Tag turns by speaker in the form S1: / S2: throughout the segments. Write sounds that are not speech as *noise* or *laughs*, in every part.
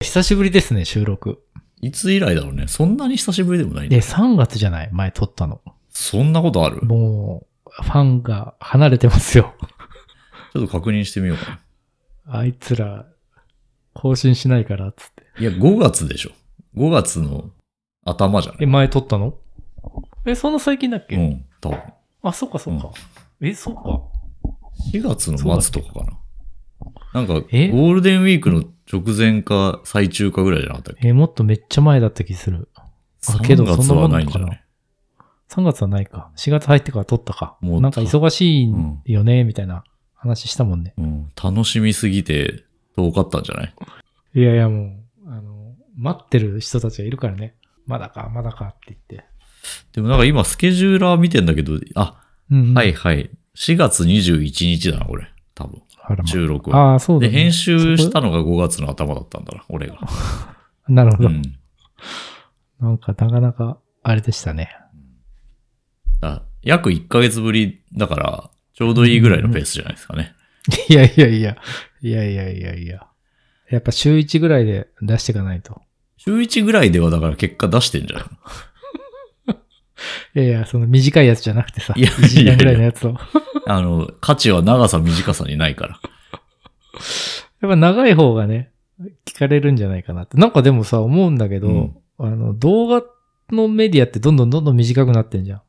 S1: 久しぶりですね、収録。
S2: いつ以来だろうね。そんなに久しぶりでもない
S1: え、
S2: ね。
S1: 3月じゃない前撮ったの。
S2: そんなことある
S1: もう、ファンが離れてますよ。 *laughs*
S2: ちょっと確認してみようかな。
S1: あいつら、更新しないから、つって。
S2: いや、5月でしょ。5月の頭じゃな
S1: え、
S2: い
S1: 前撮ったのえ、そんな最近だっけ、
S2: うん、多分。
S1: あ、そっかそっか。え、そっか。
S2: 4月の末とかかな。なんか、ゴ
S1: え
S2: ールデンウィークの直前か最中かぐらいじゃなかったっけ
S1: え、もっとめっちゃ前だった気する。あけど
S2: ?3 月
S1: そんなも
S2: は
S1: んなの
S2: ないんじゃない
S1: 3月はないか。4月入ってから撮ったか。
S2: もう
S1: なんか忙しいんよね、みたいな話したもんね。
S2: うん、楽しみすぎて遠かったんじゃない
S1: いやいやもう、あの、待ってる人たちがいるからね。まだか、まだかって言って。
S2: でもなんか今スケジューラー見てんだけど、あ、
S1: うんうん
S2: はい。はい。4月21日だな、これ。多分。
S1: あらま
S2: 収録は。
S1: ああ、そうだ、
S2: で、
S1: ね。
S2: 編集したのが5月の頭だったんだな、俺が。
S1: なるほ
S2: う
S1: ど。
S2: ん。
S1: なんか、なかなか、あれでしたね。
S2: だ約1ヶ月ぶりだから、ちょうどいいぐらいのペースじゃないですかね。
S1: *laughs* いやいやいや、いやいやいやいや。やっぱ週1ぐらいで出していかないと。
S2: 週1ぐらいではだから結果出してんじゃない
S1: *laughs* いやいや、その短いやつじゃなくてさ、
S2: いやいやい
S1: 1
S2: や
S1: 時間ぐらいのやつを。や
S2: あの、価値は長さ短さにないから。
S1: っぱ長い方がね、聞かれるんじゃないかなって。なんかでもさ、思うんだけど、
S2: うん
S1: あの、動画のメディアってどんどんどんどん短くなってんじゃん。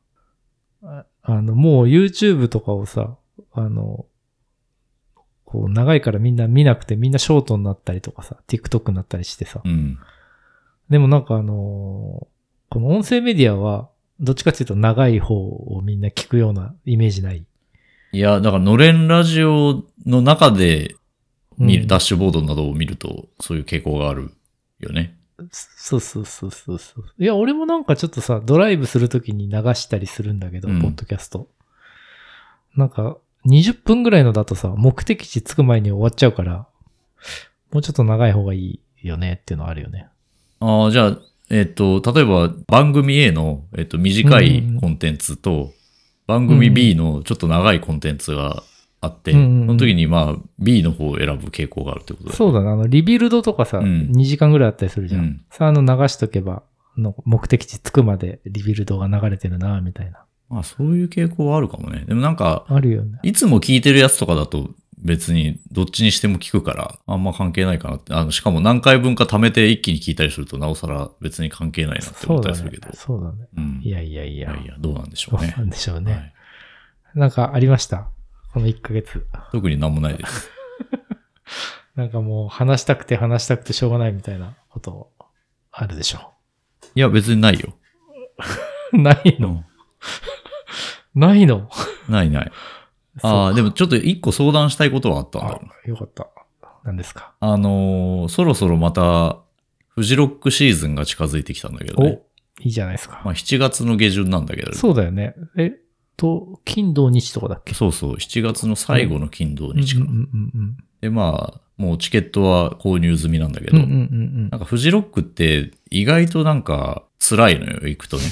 S1: ああの、もう YouTube とかをさ、あの、こう長いからみんな見なくてみんなショートになったりとかさ、TikTok になったりしてさ。
S2: うん。
S1: でもなんかあのーこの音声メディアは、どっちかっていうと長い方をみんな聞くようなイメージない。
S2: いや、だから、のれんラジオの中で見る、
S1: うん
S2: ダッシュボードなどを見ると、そういう傾向があるよね。
S1: そうそうそうそうそう。いや、俺もなんかちょっとさ、ドライブするときに流したりするんだけど、
S2: うん
S1: ポッドキャスト。なんか、20分ぐらいのだとさ、目的地着く前に終わっちゃうから、もうちょっと長い方がいいよねっていうのはあるよね。
S2: ああ、じゃあ、えっ、と、例えば番組 A の、えっと短い
S1: うんうん
S2: コンテンツと、番組 B のちょっと長いコンテンツがあって、
S1: うんうんうん
S2: その時にまあ B の方を選ぶ傾向があるってことだよね
S1: そうだな、あの、リビルドとかさ、
S2: うん
S1: 2時間ぐらいあったりするじゃん。
S2: うん
S1: さあ、あの、流しとけば、の目的地着くまでリビルドが流れてるな、みたいな。
S2: まあそういう傾向はあるかもね。でもなんか、
S1: あるよね。
S2: いつも聞いてるやつとかだと別にどっちにしても聞くから、あんま関係ないかなって。あの、しかも何回分か貯めて一気に聞いたりすると、なおさら別に関係ないなって
S1: そ
S2: 思っ
S1: う
S2: た
S1: だ
S2: りする
S1: ね
S2: けど。。
S1: そうだね。
S2: うん。
S1: いやいやい
S2: い
S1: や。
S2: やいや、どうなんでしょ
S1: ど
S2: う
S1: う
S2: ね
S1: な。んでしょうね。
S2: はい
S1: なんかありましたこの1ヶ月。
S2: 特になんもないです。
S1: なんかもう話したくて話したくてしょうがないみたいなことあるでしょ
S2: いや、別にないよ。
S1: う。 *laughs* ないのないの
S2: ないない。あ
S1: そ
S2: あ、
S1: う
S2: でもちょっと一個相談したいことはあったんだよ。
S1: あ、よかった。何ですか
S2: あのーそろそろまた、フジロックシーズンが近づいてきたんだけど
S1: お
S2: ね。
S1: いいじゃないですか。
S2: まあ、7月の下旬なんだけど、
S1: そうだよね。えと、金土日とかだっけ
S2: そうそう、7月の最後の金土日か
S1: う
S2: な。
S1: んうんうん
S2: で、まあ、もうチケットは購入済みなんだけ
S1: うん。う
S2: ど、
S1: んうんうんう
S2: なん
S1: ん。
S2: かフジロックって意外となんか辛いのよ、行くとね。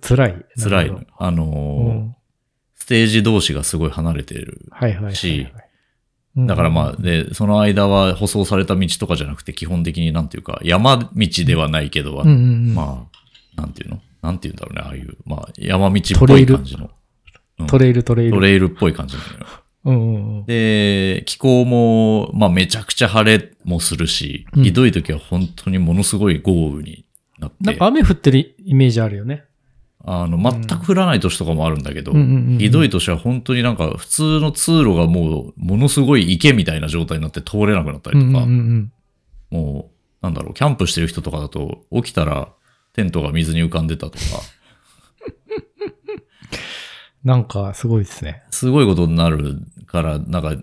S1: 辛い。
S2: 辛い
S1: な
S2: の
S1: る
S2: よ。あの
S1: ほ
S2: ー
S1: ど。うん
S2: ステージ同士がすごい離れている
S1: はいはいはいはい
S2: し。だからま
S1: あ、
S2: あ、で、その間は舗装された道とかじゃなくて、基本的になんていうか、山道ではないけどは、
S1: うんうんうん。
S2: まあ、なんていうのなんていうんだろうね、ああいう、まあ、山道っぽい感じの、うん
S1: トレイルトレイル。
S2: トレイルっぽい感じなのよ。
S1: うんうんうん。
S2: で、気候も、まあ、めちゃくちゃ晴れもするし、
S1: うん
S2: ひどい時は本当にものすごい豪雨になって、
S1: なんか雨降ってるイメージあるよね。
S2: あの、全く降らない年とかもあるんだけど、
S1: うんうんうんうん
S2: ひどい年は本当になんか普通の通路がもう、ものすごい池みたいな状態になって通れなくなったり
S1: う
S2: とか、
S1: んうんうん
S2: もう、なんだろう、キャンプしてる人とかだと、起きたらテントが水に浮かんでたとか、
S1: なんかすごいですね。
S2: すごいことになるから、なんか、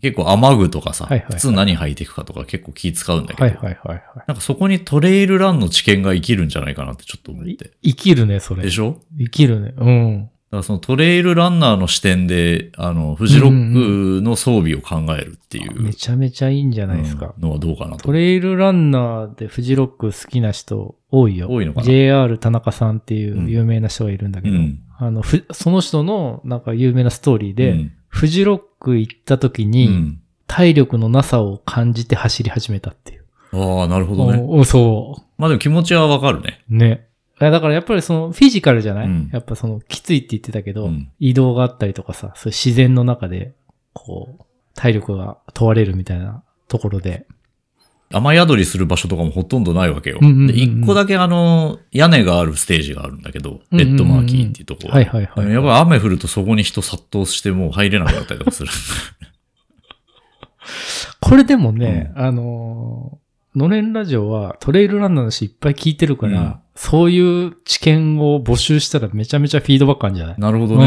S2: 結構雨具とかさ、
S1: はいはいはい
S2: 普通何履いていくかとか結構気使うんだけど、
S1: はいはいはいは
S2: なんかそこにトレイルランの知見が生きるんじゃないかなってちょっと思っ
S1: い。い
S2: て。
S1: 生きるね、それ
S2: で。しょ
S1: 生きるね。うん。
S2: だからそのトレイルランナーの視点で、あの、フジロックの装備を考えるっていう
S1: めちゃめちゃいいんじゃないですか。
S2: うんのはどうかなと
S1: ト。レイルランナーでフジロック好きな人多いよ。
S2: 多いのかな
S1: JR 田中さんっていううん有名な人がいるんだけど、
S2: うん
S1: あの、ふその人のなんか有名なストーリーで、
S2: うん
S1: フジロック行った時
S2: う
S1: に、
S2: ん
S1: 体力のなさを感じて走り始めたっていう。
S2: ああ、なるほどね。
S1: おおそ
S2: まあでも気持ちはわかるね。
S1: う。ね。いやだからやっぱりそのフィジカルじゃない、
S2: うん
S1: やっぱそのきついって言ってたけど、
S2: うん
S1: 移動があったりとかさ、そういう自然の中で、こう、体力が問われるみたいなところで。
S2: 雨宿りする場所とかもほとんどないわけよ。
S1: うんうんうんうん
S2: で、一個だけあの、屋根があるステージがあるんだけど、レッドマーキーっていうとこ
S1: はいはいはい。
S2: やっぱ雨降るとそこに人殺到してもう入れなくなったりとか
S1: *laughs*
S2: する。
S1: これでもね、あのー、のれんラジオはトレイルランナーの人いっぱい聞いてるから、
S2: うん
S1: そういう知見を募集したらめちゃめちゃフィードバックあるんじゃない、
S2: なるほ
S1: う
S2: ど
S1: ん。
S2: ね。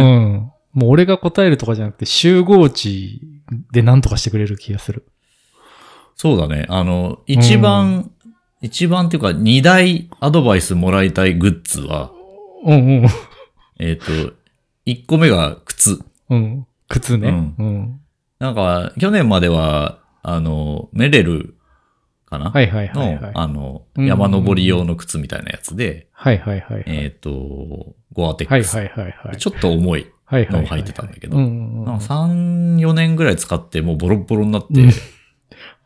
S1: もう俺が答えるとかじゃなくて集合地で何とかしてくれる気がする。
S2: そうだね。あの、一番、一番っていうか、二大アドバイスもらいたいグッズは、
S1: うんうん。
S2: えっ、と、一個目が靴。
S1: うん。靴ね。
S2: う
S1: うん。
S2: なんか、去年までは、あの、メレルかな、
S1: はいはいはい
S2: の
S1: はい、。
S2: あの、
S1: うん
S2: 山登り用の靴みたいなやつで、
S1: はいはいはい。
S2: えっ、と、ゴアテ
S1: は
S2: ッ
S1: い
S2: クス。
S1: はいはいはい。
S2: ちょっと重い
S1: はい
S2: のを履いてたんだけど、
S1: うんうんう
S2: なん
S1: ん。
S2: か3、4年ぐらい使ってもうボロッボロになって、
S1: うん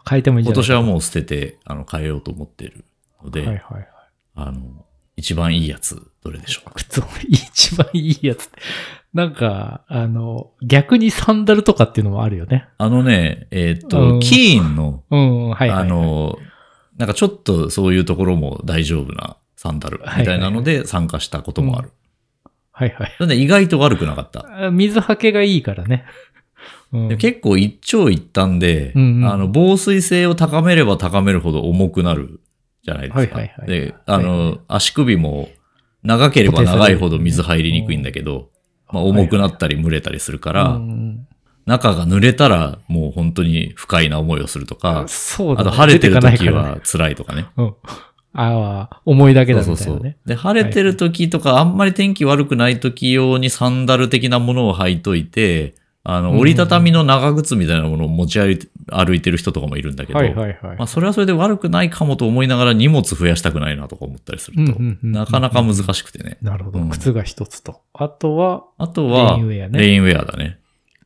S1: 変えてもいいんじ
S2: 今
S1: ゃない
S2: 年はもう捨てて、あの、変えようと思ってるので、
S1: はいはいはい。
S2: あの、一番いいやつ、どれでしょうか。
S1: 靴、一番いいやつ。なんか、あの、逆にサンダルとかっていうのもあるよね。
S2: あのね、えっ、
S1: うん
S2: と、キーンの、
S1: うん、はい、はい。
S2: あ、の、なんかちょっとそういうところも大丈夫なサンダルみたいなので参加したこともある。
S1: はいはい。
S2: なんで意外と悪くなかった。
S1: あ水はけがいいからね。うん
S2: で結構一長一短で、
S1: うんうん
S2: あの、防水性を高めれば高めるほど重くなるじゃないですか。
S1: はいはいはい
S2: で、あの、
S1: はい
S2: 足首も長ければ長いほど水入りにくいんだけど、まあ、重くなったり蒸れたりするから、
S1: うん
S2: 中が濡れたらもう本当に不快な思いをするとか、
S1: そうだ、
S2: あ
S1: ね、
S2: と晴れてる
S1: 出
S2: 時
S1: かないからね
S2: は辛いとかね。
S1: うん。ああ、重いだけだみた
S2: そ
S1: いうなね。
S2: そうそう。で、晴れてる時とか、あんまり天気悪くない時用にサンダル的なものを履いといて、あ
S1: うん
S2: の、折りたたみの長靴みたいなものを持ち歩いて歩いてる人とかもいるんだけど、
S1: はいはいはい。
S2: まあ、それはそれで悪くないかもと思いながら荷物増やしたくないなとか思ったりすると、
S1: うんうんうん
S2: なかなか難しくてね。
S1: なるほど、
S2: うん
S1: 靴が一つと。あとは、
S2: あとは、
S1: レインウェアね
S2: レインウェアだね。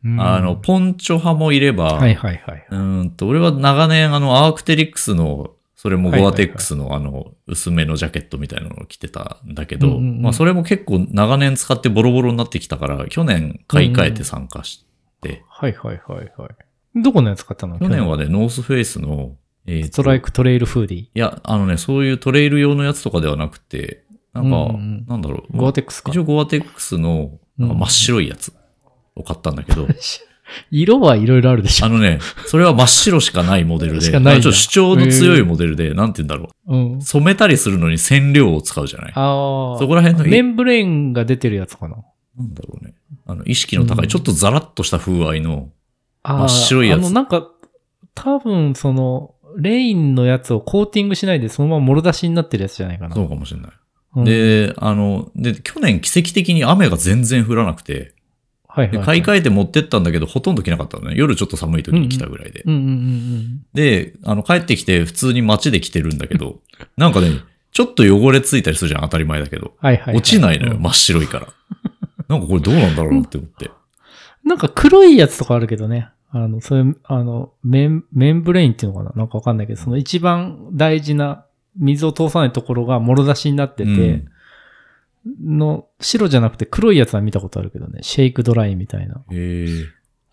S1: うん
S2: あの、ポンチョ派もいれば、
S1: はいはいはい。
S2: うーんと、俺は長年、あの、アークテリックスの、それもゴアテックスの、あの、薄めのジャケットみたいなのを着てたんだけ
S1: うん
S2: ど、
S1: うんうん
S2: まあ、それも結構長年使ってボロボロになってきたから、去年買い替えて参加して、
S1: はいはいはいはい。どこのやつ買ったの
S2: 去年はね、ノースフェイスの、えーと
S1: ストライクトレイルフーディー。
S2: いや、あのね、そういうトレイル用のやつとかではなくて、なんか、
S1: うんうん
S2: なんだろう、
S1: ゴアテックスか
S2: 一。応ゴアテックスの、なんか真っ白いやつを買ったんだけど、
S1: 色はいろいろあるでしょ
S2: あ。のね、それは真っ白しかないモデル
S1: し
S2: で、
S1: か
S2: あ
S1: ないんだ
S2: のちょっと主張の強いモデルで、なんて言うんだろう。
S1: うん。
S2: 染めたりするのに染料を使うじゃない
S1: ああ。
S2: そこら辺の
S1: メ
S2: い、
S1: ンブレーンが出てるやつかな。
S2: なんだろうね。あの、意識の高
S1: うん
S2: い、ちょっとザラッとした風合いの、
S1: あー
S2: 真っ白いやつ
S1: あの、なんか、多分、その、レインのやつをコーティングしないで、そのままもろ出しになってるやつじゃないかな。
S2: そうかもしれない。
S1: うん、
S2: で、あの、で、去年奇跡的に雨が全然降らなくて、
S1: はいはい
S2: で
S1: はい、
S2: 買い替えて持ってったんだけど、ほとんど着なかったのね。夜ちょっと寒い時に来たぐらいで。
S1: うんうんうん
S2: で、あの、帰ってきて普通に街で着てるんだけど、なんかね、ちょっと汚れついたりするじゃん、当たり前だけど。
S1: うん。はいはい、はい。
S2: 落ちないのよ、
S1: うん
S2: 真っ白いから。
S1: *laughs*
S2: なんかこれどうなんだろうなって思って。
S1: なんか黒いやつとかあるけどね。あの、そういう、あの、メン、メンブレインっていうのかななんかわかんないけど、その一番大事な、水を通さないところがもろ出しになってて、
S2: うん
S1: の、白じゃなくて黒いやつは見たことあるけどね。シェイクドライみたいな。
S2: へえ、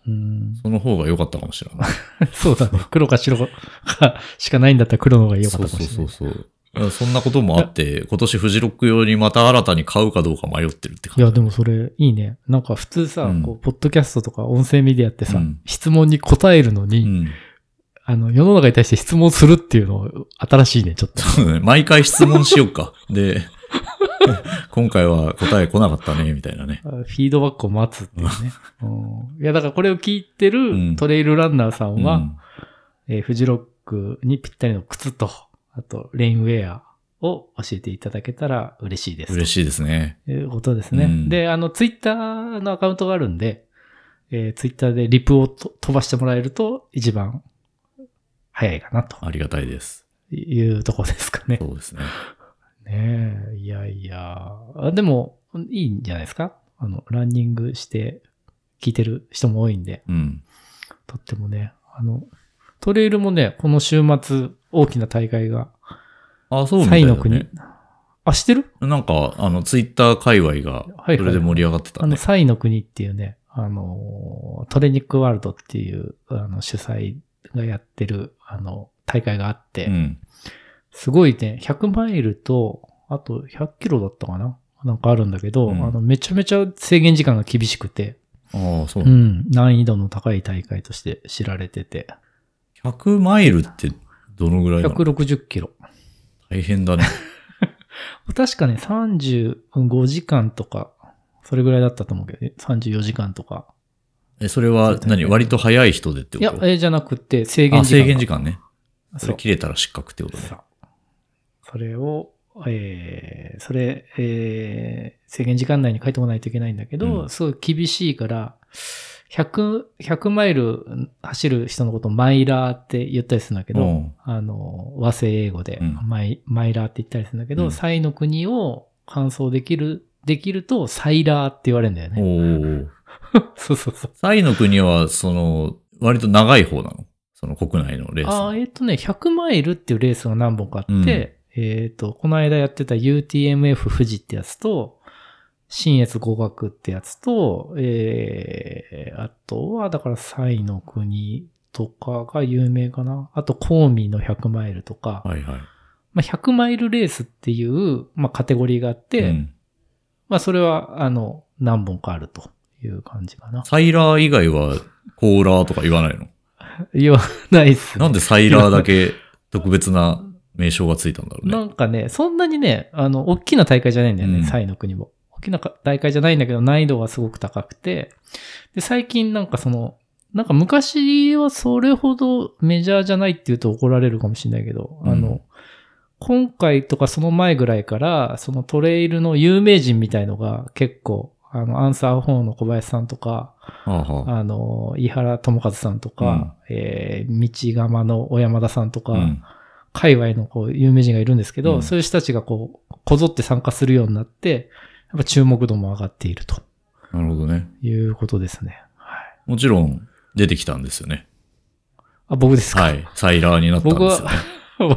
S1: うん。
S2: その方が良かったかもしれない。
S1: *laughs* そうだね。黒か白か *laughs* しかないんだったら黒の方が良かったかもしれない。
S2: そうそうそうそう。そんなこともあって、今年フジロック用にまた新たに買うかどうか迷ってるって
S1: い
S2: 感
S1: や、
S2: じ。
S1: でもそれいいね。なんか普通さ、
S2: うん
S1: こう、ポッドキャストとか音声メディアってさ、
S2: うん
S1: 質問に答えるのに、
S2: うん。
S1: あの、世の中に対して質問するっていうの、新しいね、ちょっと。
S2: そうだね。毎回質問しようか。で、 *laughs* 今回は答え来なかったね、みたいなね。
S1: *laughs* あフィードバックを待つ *laughs* っていうね。うんいや、だからこれを聞いて
S2: う
S1: る
S2: ん
S1: トレイルランナーさんは、
S2: うん
S1: えーフジロックにぴったりの靴と、あと、レインウェアを教えていただけたら嬉しいです。
S2: 嬉しいですね。
S1: ということですね。
S2: うん
S1: で、あの、ツイッターのアカウントがあるんで、えーツイッターでリプをと飛ばしてもらえると一番早いかなと
S2: ありがたいです。
S1: いうとこですかね。
S2: そうですね。
S1: ねえ、いやいや。あでも、いいんじゃないですかあの、ランニングして聞いてる人も多いんで、
S2: うん。
S1: とってもね、あの、トレイルもね、この週末、大きな大会が、
S2: あ、そうみ
S1: サ
S2: たい
S1: イ
S2: だ
S1: の国
S2: ね。。
S1: あ、知ってる
S2: なんか、あの、ツイッター界隈が、
S1: は
S2: そ
S1: い
S2: れで盛り上がってた
S1: あの、
S2: ね。
S1: サイの国っていうね、あの、トレニックワールドっていう、あの、主催がやってる、あの、大会があって、
S2: うん。
S1: すごいね、100マイルと、あと100キロだったかななんかあるんだけど、
S2: うん
S1: あの、めちゃめちゃ制限時間が厳しくて、
S2: ああ、そう
S1: う。ん、難易度の高い大会として知られてて、
S2: 100マイルってどのぐらいなの
S1: 160キロ。
S2: 大変だね。
S1: 確かね、35時間とか、それぐらいだったと思うけど、ね、34時間とか。
S2: え、それは
S1: そうだ
S2: 何
S1: ね
S2: 割と早い人でって
S1: い
S2: こ
S1: や、
S2: と
S1: え、じゃなくて、制限
S2: あ、
S1: 時間が。
S2: 制限時間ね。そ
S1: そ
S2: れ
S1: う
S2: 切れたら失格ってことね。
S1: さあそれを、えーそれ、えー制限時間内に書いてこないといけないんだけど、
S2: うん
S1: すごい厳しいから、100、100マイル走る人のことをマイラーって言ったりするんだけど、
S2: うん
S1: あの、和製英語で
S2: うん
S1: マイ、マイラーって言ったりするんだけど、
S2: うん
S1: サイの国を完走できる、できるとサイラーって言われるんだよ
S2: お
S1: ね。
S2: お。
S1: *laughs* そうそうそう。
S2: サイの国は、その、割と長い方なのその国内のレース
S1: あ
S2: の。
S1: ーえっ、とね、100マイルっていうレースが何本かあって、
S2: うん
S1: えっ、と、この間やってた UTMF 富士ってやつと、新越合格ってやつと、えー、あとは、だから、サイの国とかが有名かな。あと、コーミーの100マイルとか、
S2: はいはい。
S1: まあ、100マイルレースっていう、まあ、カテゴリーがあって、
S2: うん
S1: まあ、それは、あの、何本かあるという感じかな。
S2: サイラー以外は、コーラーとか言わないの
S1: 言わないっすね
S2: なんでサイラーだけ特別な名称がついたんだろう
S1: な
S2: ね。
S1: んかね、そんなにね、あの、大きな大会じゃないんだよね、
S2: うん
S1: サイの国も。大きなか大会じゃないんだけど、難易度がすごく高くて、で、最近なんかその、なんか昔はそれほどメジャーじゃないって言うと怒られるかもしれないけど、
S2: うん
S1: あの、今回とかその前ぐらいから、そのトレイルの有名人みたいのが結構、あの、アンサー4の小林さんとか、
S2: はあはあ
S1: あの、伊原智和さんとか、えー道釜の小山田さんとか、
S2: うん
S1: 界隈のこう有名人がいるんですけど、
S2: うん
S1: そういう人たちがこう、こぞって参加するようになって、やっぱ注目度も上がっていると
S2: なるほどね。
S1: いうことですね。はい。
S2: もちろん、出てきたんですよね。
S1: あ、僕ですか、
S2: はい。サイラーになったんですよ、ね。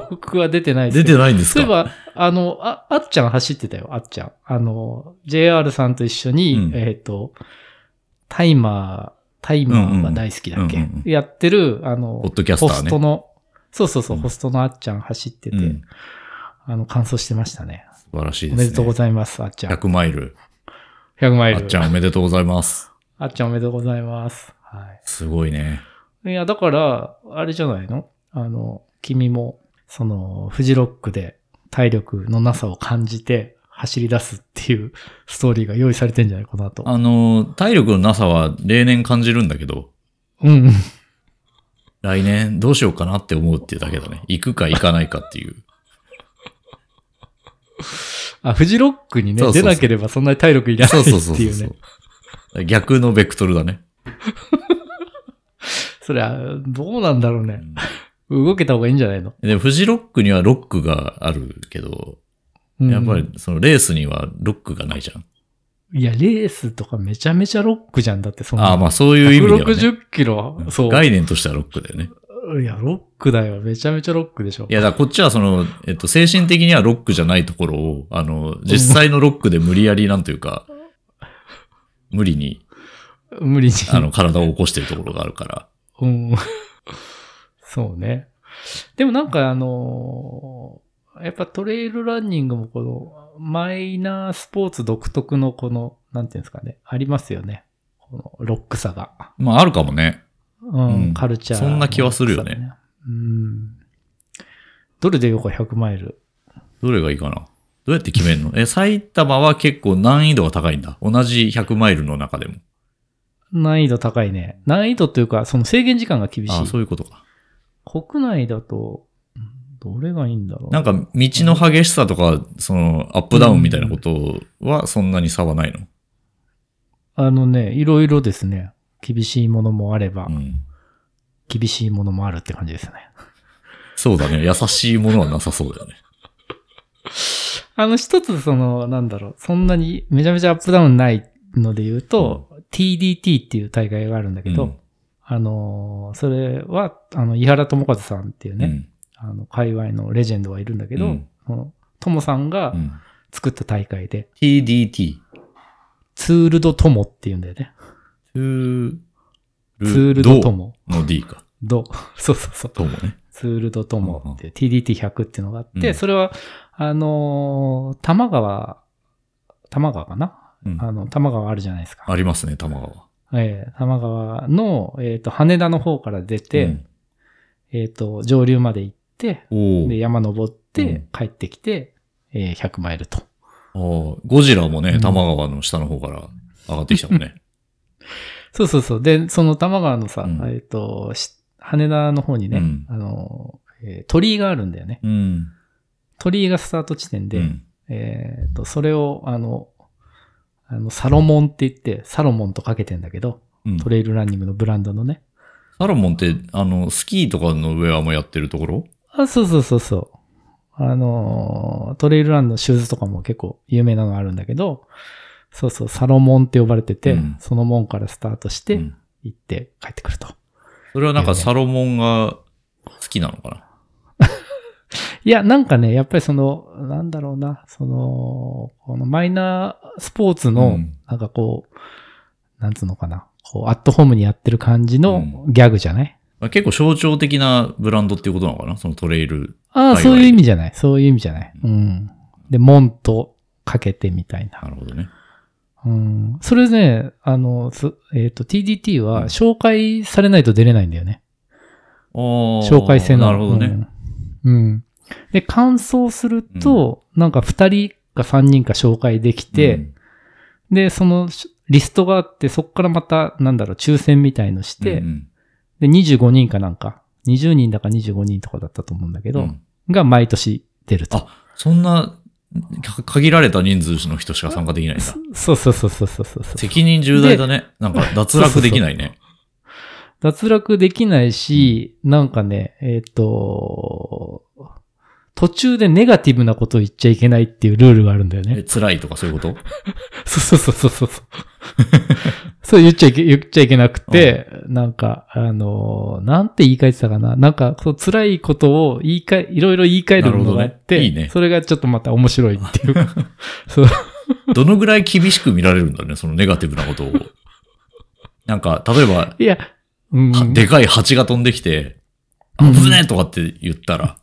S1: *laughs* 僕は出てないです
S2: 出
S1: け
S2: て
S1: ど。
S2: ないんです
S1: そういえ
S2: か
S1: ば、あの、あ、あっちゃん走ってたよ、あっちゃん。あの、JR さんと一緒に、
S2: うん
S1: えっ、と、タイマー、タイマーが大好きだっけ、
S2: うんうんうんうん
S1: やってる、あの、
S2: ポッドキャスタ
S1: ホ
S2: ー
S1: ス
S2: ね。
S1: トの、そうそうそう、
S2: うん
S1: ホストのあっちゃん走ってて、
S2: うん。
S1: あの、完走してましたね。
S2: 素晴らしい
S1: お
S2: ですね。
S1: めでとうございます、あっちゃん。
S2: 100マイル。
S1: 100マイ
S2: あ
S1: ル。
S2: っちゃんおめでとうございます。
S1: あっちゃんおめでとうございます。は
S2: すごいね。
S1: い。いや、だから、あれじゃないのあの、君も、その、フジロックで体力のなさを感じて走り出すっていうストーリーが用意されてんじゃないこの後。
S2: あの、体力のなさは例年感じるんだけど、
S1: うん。
S2: 来年どうしようかなって思うっていうだけだね。行くか行かないかっていう。
S1: あ、フジロックにね、
S2: そうそうそう
S1: 出なければそんなに体力いらな
S2: そ
S1: いうってい
S2: そうう
S1: ね。そう
S2: そそうそう。逆のベクトルだね。
S1: れは、どうなんだろう
S2: う
S1: ね。
S2: ん
S1: 動けた方がいいんじゃないの、
S2: で、フジロックにはロックがあるけど、
S1: うん
S2: やっぱり。そのレースにはロックがないじゃん。
S1: いや、レースとかめちゃめちゃロックじゃんだって、そんな。
S2: ああ、まあそういう意味では、ね。
S1: 160キロ、そう。
S2: 概念としてはロックだよね。
S1: いや、ロックだよ。めちゃめちゃロックでしょ。
S2: いや、だからこっちはその、えっと、精神的にはロックじゃないところを、あの、実際のロックで無理やりなんというか、無理に、
S1: 無理に。
S2: あの、体を起こしてるところがあるから。
S1: うん。そうね。でもなんかあのーやっぱトレイルランニングもこのマイナースポーツ独特のこの、なんていうんですかね、ありますよね。このロックさが。
S2: まあ、あるかもね。
S1: うん、
S2: うん
S1: カルチャー、
S2: そんな気はするよね。
S1: うん。どれでようか100マイル。
S2: どれがいいかな。どうやって決めるのえ、埼玉は結構難易度が高いんだ。同じ100マイルの中でも。
S1: 難易度高いね。難易度というか、その制限時間が厳し
S2: ああ、
S1: い。
S2: そういうことか。
S1: 国内だと、うんどれがいいんだろう。
S2: なんか、道の激しさとか、その、アップダウンみたいなことは、そんなに差はないの。
S1: あのね、いろいろですね。厳しいものもあれば、
S2: うん。
S1: 厳しいものもあるって感じですね。
S2: そうだね。優しいものはなさそうだよね。
S1: あの、一つその、なんだろう、そんなにめちゃめちゃアップダウンないので言うと、TDT っていう大会があるんだけど、
S2: うん
S1: あの、それは、あの、井原智和さんっていう
S2: う
S1: ね、
S2: ん。
S1: あの、界隈のレジェンドはいるんだけど、
S2: うん
S1: そのトモさんが
S2: うん。
S1: 作った大会で、
S2: TDT。
S1: ツールドトモっていうんだよね。
S2: ツー
S1: ツールドトモ。
S2: の D か。
S1: ド。 *laughs* そうそうそう。
S2: トモね。
S1: ツールドトモっていう TDT100 っていうのがあって、
S2: うん
S1: それは、あのー多摩川、多摩川かな、
S2: うん
S1: あの、多摩川あるじゃないですか。
S2: ありますね、玉川。
S1: ええ多摩川の、えっ、と、羽田の方から出て、
S2: うん
S1: えっ、と、上流まで行って、
S2: お
S1: で、
S2: ー
S1: 山登っ
S2: うん
S1: て、帰ってきて、えー100マイルと。
S2: あーゴジラも
S1: う
S2: ね、
S1: ん
S2: 玉川の下の方から上がってきたもんね。
S1: そうそうそう。で、その多摩川のさ、
S2: うん
S1: えっ、と、し羽田の方にね、
S2: うん
S1: あのー、えー鳥居があるんだよね。
S2: うん。
S1: 鳥居がスタート地点で、
S2: うん
S1: えっ、と、それを、あの、あの、サロモンって言って、サロモンとかけてんだけど、
S2: うん
S1: トレイルランニングのブランドのね。
S2: サロモンって、あの、スキーとかのウェアもやってるところ
S1: あ、そうそうそうそう。あのー、トレイルランのシューズとかも結構有名なのあるんだけど、そうそう、サロモンって呼ばれてて、
S2: うん
S1: その門からスタートし
S2: う
S1: て、
S2: ん
S1: 行って帰ってくると。
S2: それはなんかサロモンが好きなのか
S1: いや、なんかね、やっぱりその、なんだろうな、その、このマイナースポーツ
S2: な。う
S1: の、
S2: ん
S1: なんかこう、なんつうのかな、こう、アットホームにやってる感じのギャグじゃない、
S2: まあ結構象徴的なブランドっていうことなのかなそのトレイル。
S1: ああ、
S2: はい
S1: そういう意味じゃない。そういう意味じゃない。うん。で、門とかけてみたいな。
S2: なるほどね。
S1: うん。それね、あの、すえっ、と、TDT
S2: うん
S1: は紹介されないと出れないんだよね。
S2: あー
S1: 紹介制な
S2: な
S1: の。
S2: るほどね。
S1: うん。うん。で、感想すると、なんか2人か3人か紹介できて、
S2: うん
S1: で、そのしリストがあって、そこからまた、なんだろう、抽選みたいのして、
S2: うん
S1: で、25人かなんか、20人だか25人とかだったと思うんだけ
S2: う
S1: ど、
S2: ん
S1: が毎年出ると。
S2: あそんな、か限られた人数の人しか参加できないんだ。
S1: そそうそうそうそうそうそう。
S2: 責任重大だね。なんか脱落できないね。
S1: 脱落できないし、なんかね、えっ、と、途中でネガティブなことを言っちゃいけないっていうルールがあるんだよ
S2: え
S1: ね。
S2: 辛いとかそういうこと
S1: *laughs* そうそうそうそう *laughs* そう。そう言っちゃいけ、言っちゃいけなくて、なんか、あのー、なんて言い換えてたかな。なんか、そう辛いことを言い換え、いろいろ言い換えるものがあって、
S2: なるほどねいいね
S1: それがちょっとまた面白いっていう
S2: *laughs*
S1: か。そう。
S2: どのぐらい厳しく見られるんだろうね、そのネガティブなことを。なんか、例えば、
S1: いや、うん。
S2: はでかい蜂が飛んできて、
S1: うん
S2: 危ねえとかって言ったら、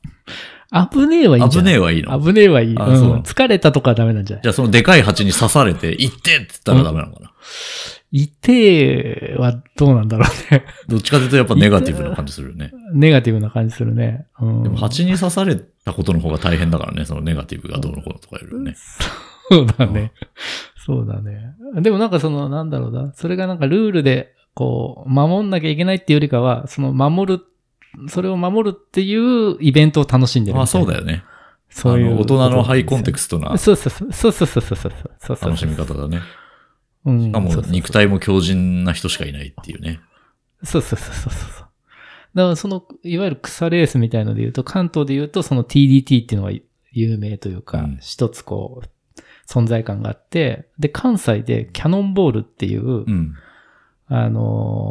S1: 危ねえはいいんじ
S2: 危
S1: ゃな
S2: ね
S1: い
S2: えはいいの。
S1: 危ねえはいい。うん
S2: あそう
S1: 疲れたとかはダメなんじゃない
S2: じゃあそのでかい蜂に刺されて、行ってって言ったらダメなのかな。
S1: いてはどうなんだろうね。 *laughs*
S2: どっちかというとやっぱネガティブな感じするよね。
S1: ネガティブな感じするね。うん。
S2: でも蜂に刺されたことの方が大変だからね、そのネガティブがどうのこうのとかよりもね。
S1: そうだね。そうだね。でもなんかその、なんだろうな。それがなんかルールで、こう、守んなきゃいけないっていうよりかは、その守る、それを守るっていうイベントを楽しんでる
S2: まあそう
S1: よ。
S2: だよね。
S1: そうい
S2: あ
S1: う。
S2: の大人のハイコンテクストな
S1: そうそうそうそうそうそうそうそうそう。
S2: 楽しみ方だね。
S1: うん。
S2: しかも
S1: そうそうそう
S2: 肉体も強靭な人しかいないっていうね。
S1: そうそうそうそうそう。だからその、いわゆる草レースみたいので言うと、関東で言うとその TDT っていうのが有名というか、
S2: うん
S1: 一つこう、存在感があって、で、関西でキャノンボールっていう、
S2: うん。
S1: あ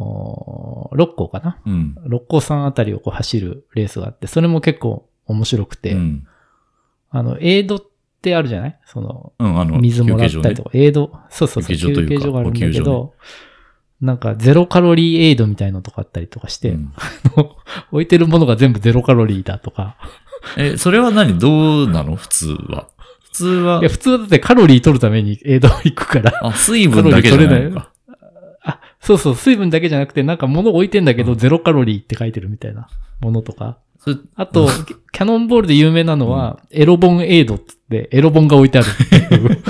S1: のー六甲かな
S2: うん。
S1: 六甲山あたりをこう走るレースがあって、それも結構面白くて、
S2: うん。
S1: あの、エイドってあるじゃないその、
S2: うん、あの、
S1: 水もらっ
S2: 休
S1: たり
S2: 憩所
S1: と
S2: ね
S1: か、エイド、そうそうそう、
S2: 休憩所というか
S1: 休憩所があるんだけ
S2: お給
S1: ど、なんかゼロカロリーエイドみたいなのとかあったりとかして、
S2: うん
S1: 置いてるものが全部ゼロカロリーだとか。
S2: え、それは何どうなの普通は。普通はい
S1: や、、普通はだってカロリー取るためにエイド行くから。 *laughs*
S2: あ、水分だけじゃないのか。
S1: あ、そうそう、水分だけじゃなくて、なんか物置いてんだけど、ゼロカロリーって書いてるみたいなものとか。
S2: それ
S1: あと、キキャノンボールで有名なのは、エロ本エイドっつって、エロ本が置いてあるっていう。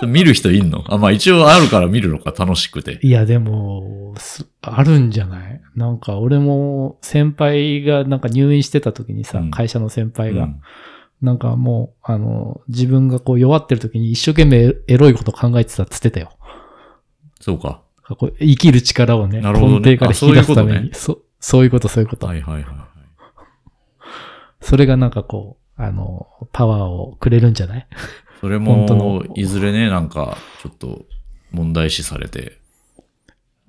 S2: それ見る人いんの *laughs* あ、まあ一応あるから見るのか、楽しくて。
S1: *laughs* いや、でも、すあるんじゃないなんか、俺も、先輩が、なんか入院してた時にさ、
S2: うん
S1: 会社の先輩
S2: う
S1: が、
S2: ん
S1: なんかもう、あの、自分がこう弱ってる時に一生懸命エロいこと考えてたっつってたよ。
S2: そうか。
S1: なんかこう生きる力をね、
S2: なるほどね
S1: 根底から引き出すため
S2: あそういうことね
S1: に、そそういうこと、そういうこと、
S2: はいはいはいはい。
S1: それがなんかこう、あの、パワーをくれるんじゃない
S2: それ
S1: 本当
S2: も
S1: の、
S2: いずれね、なんか、ちょっと、問題視されて、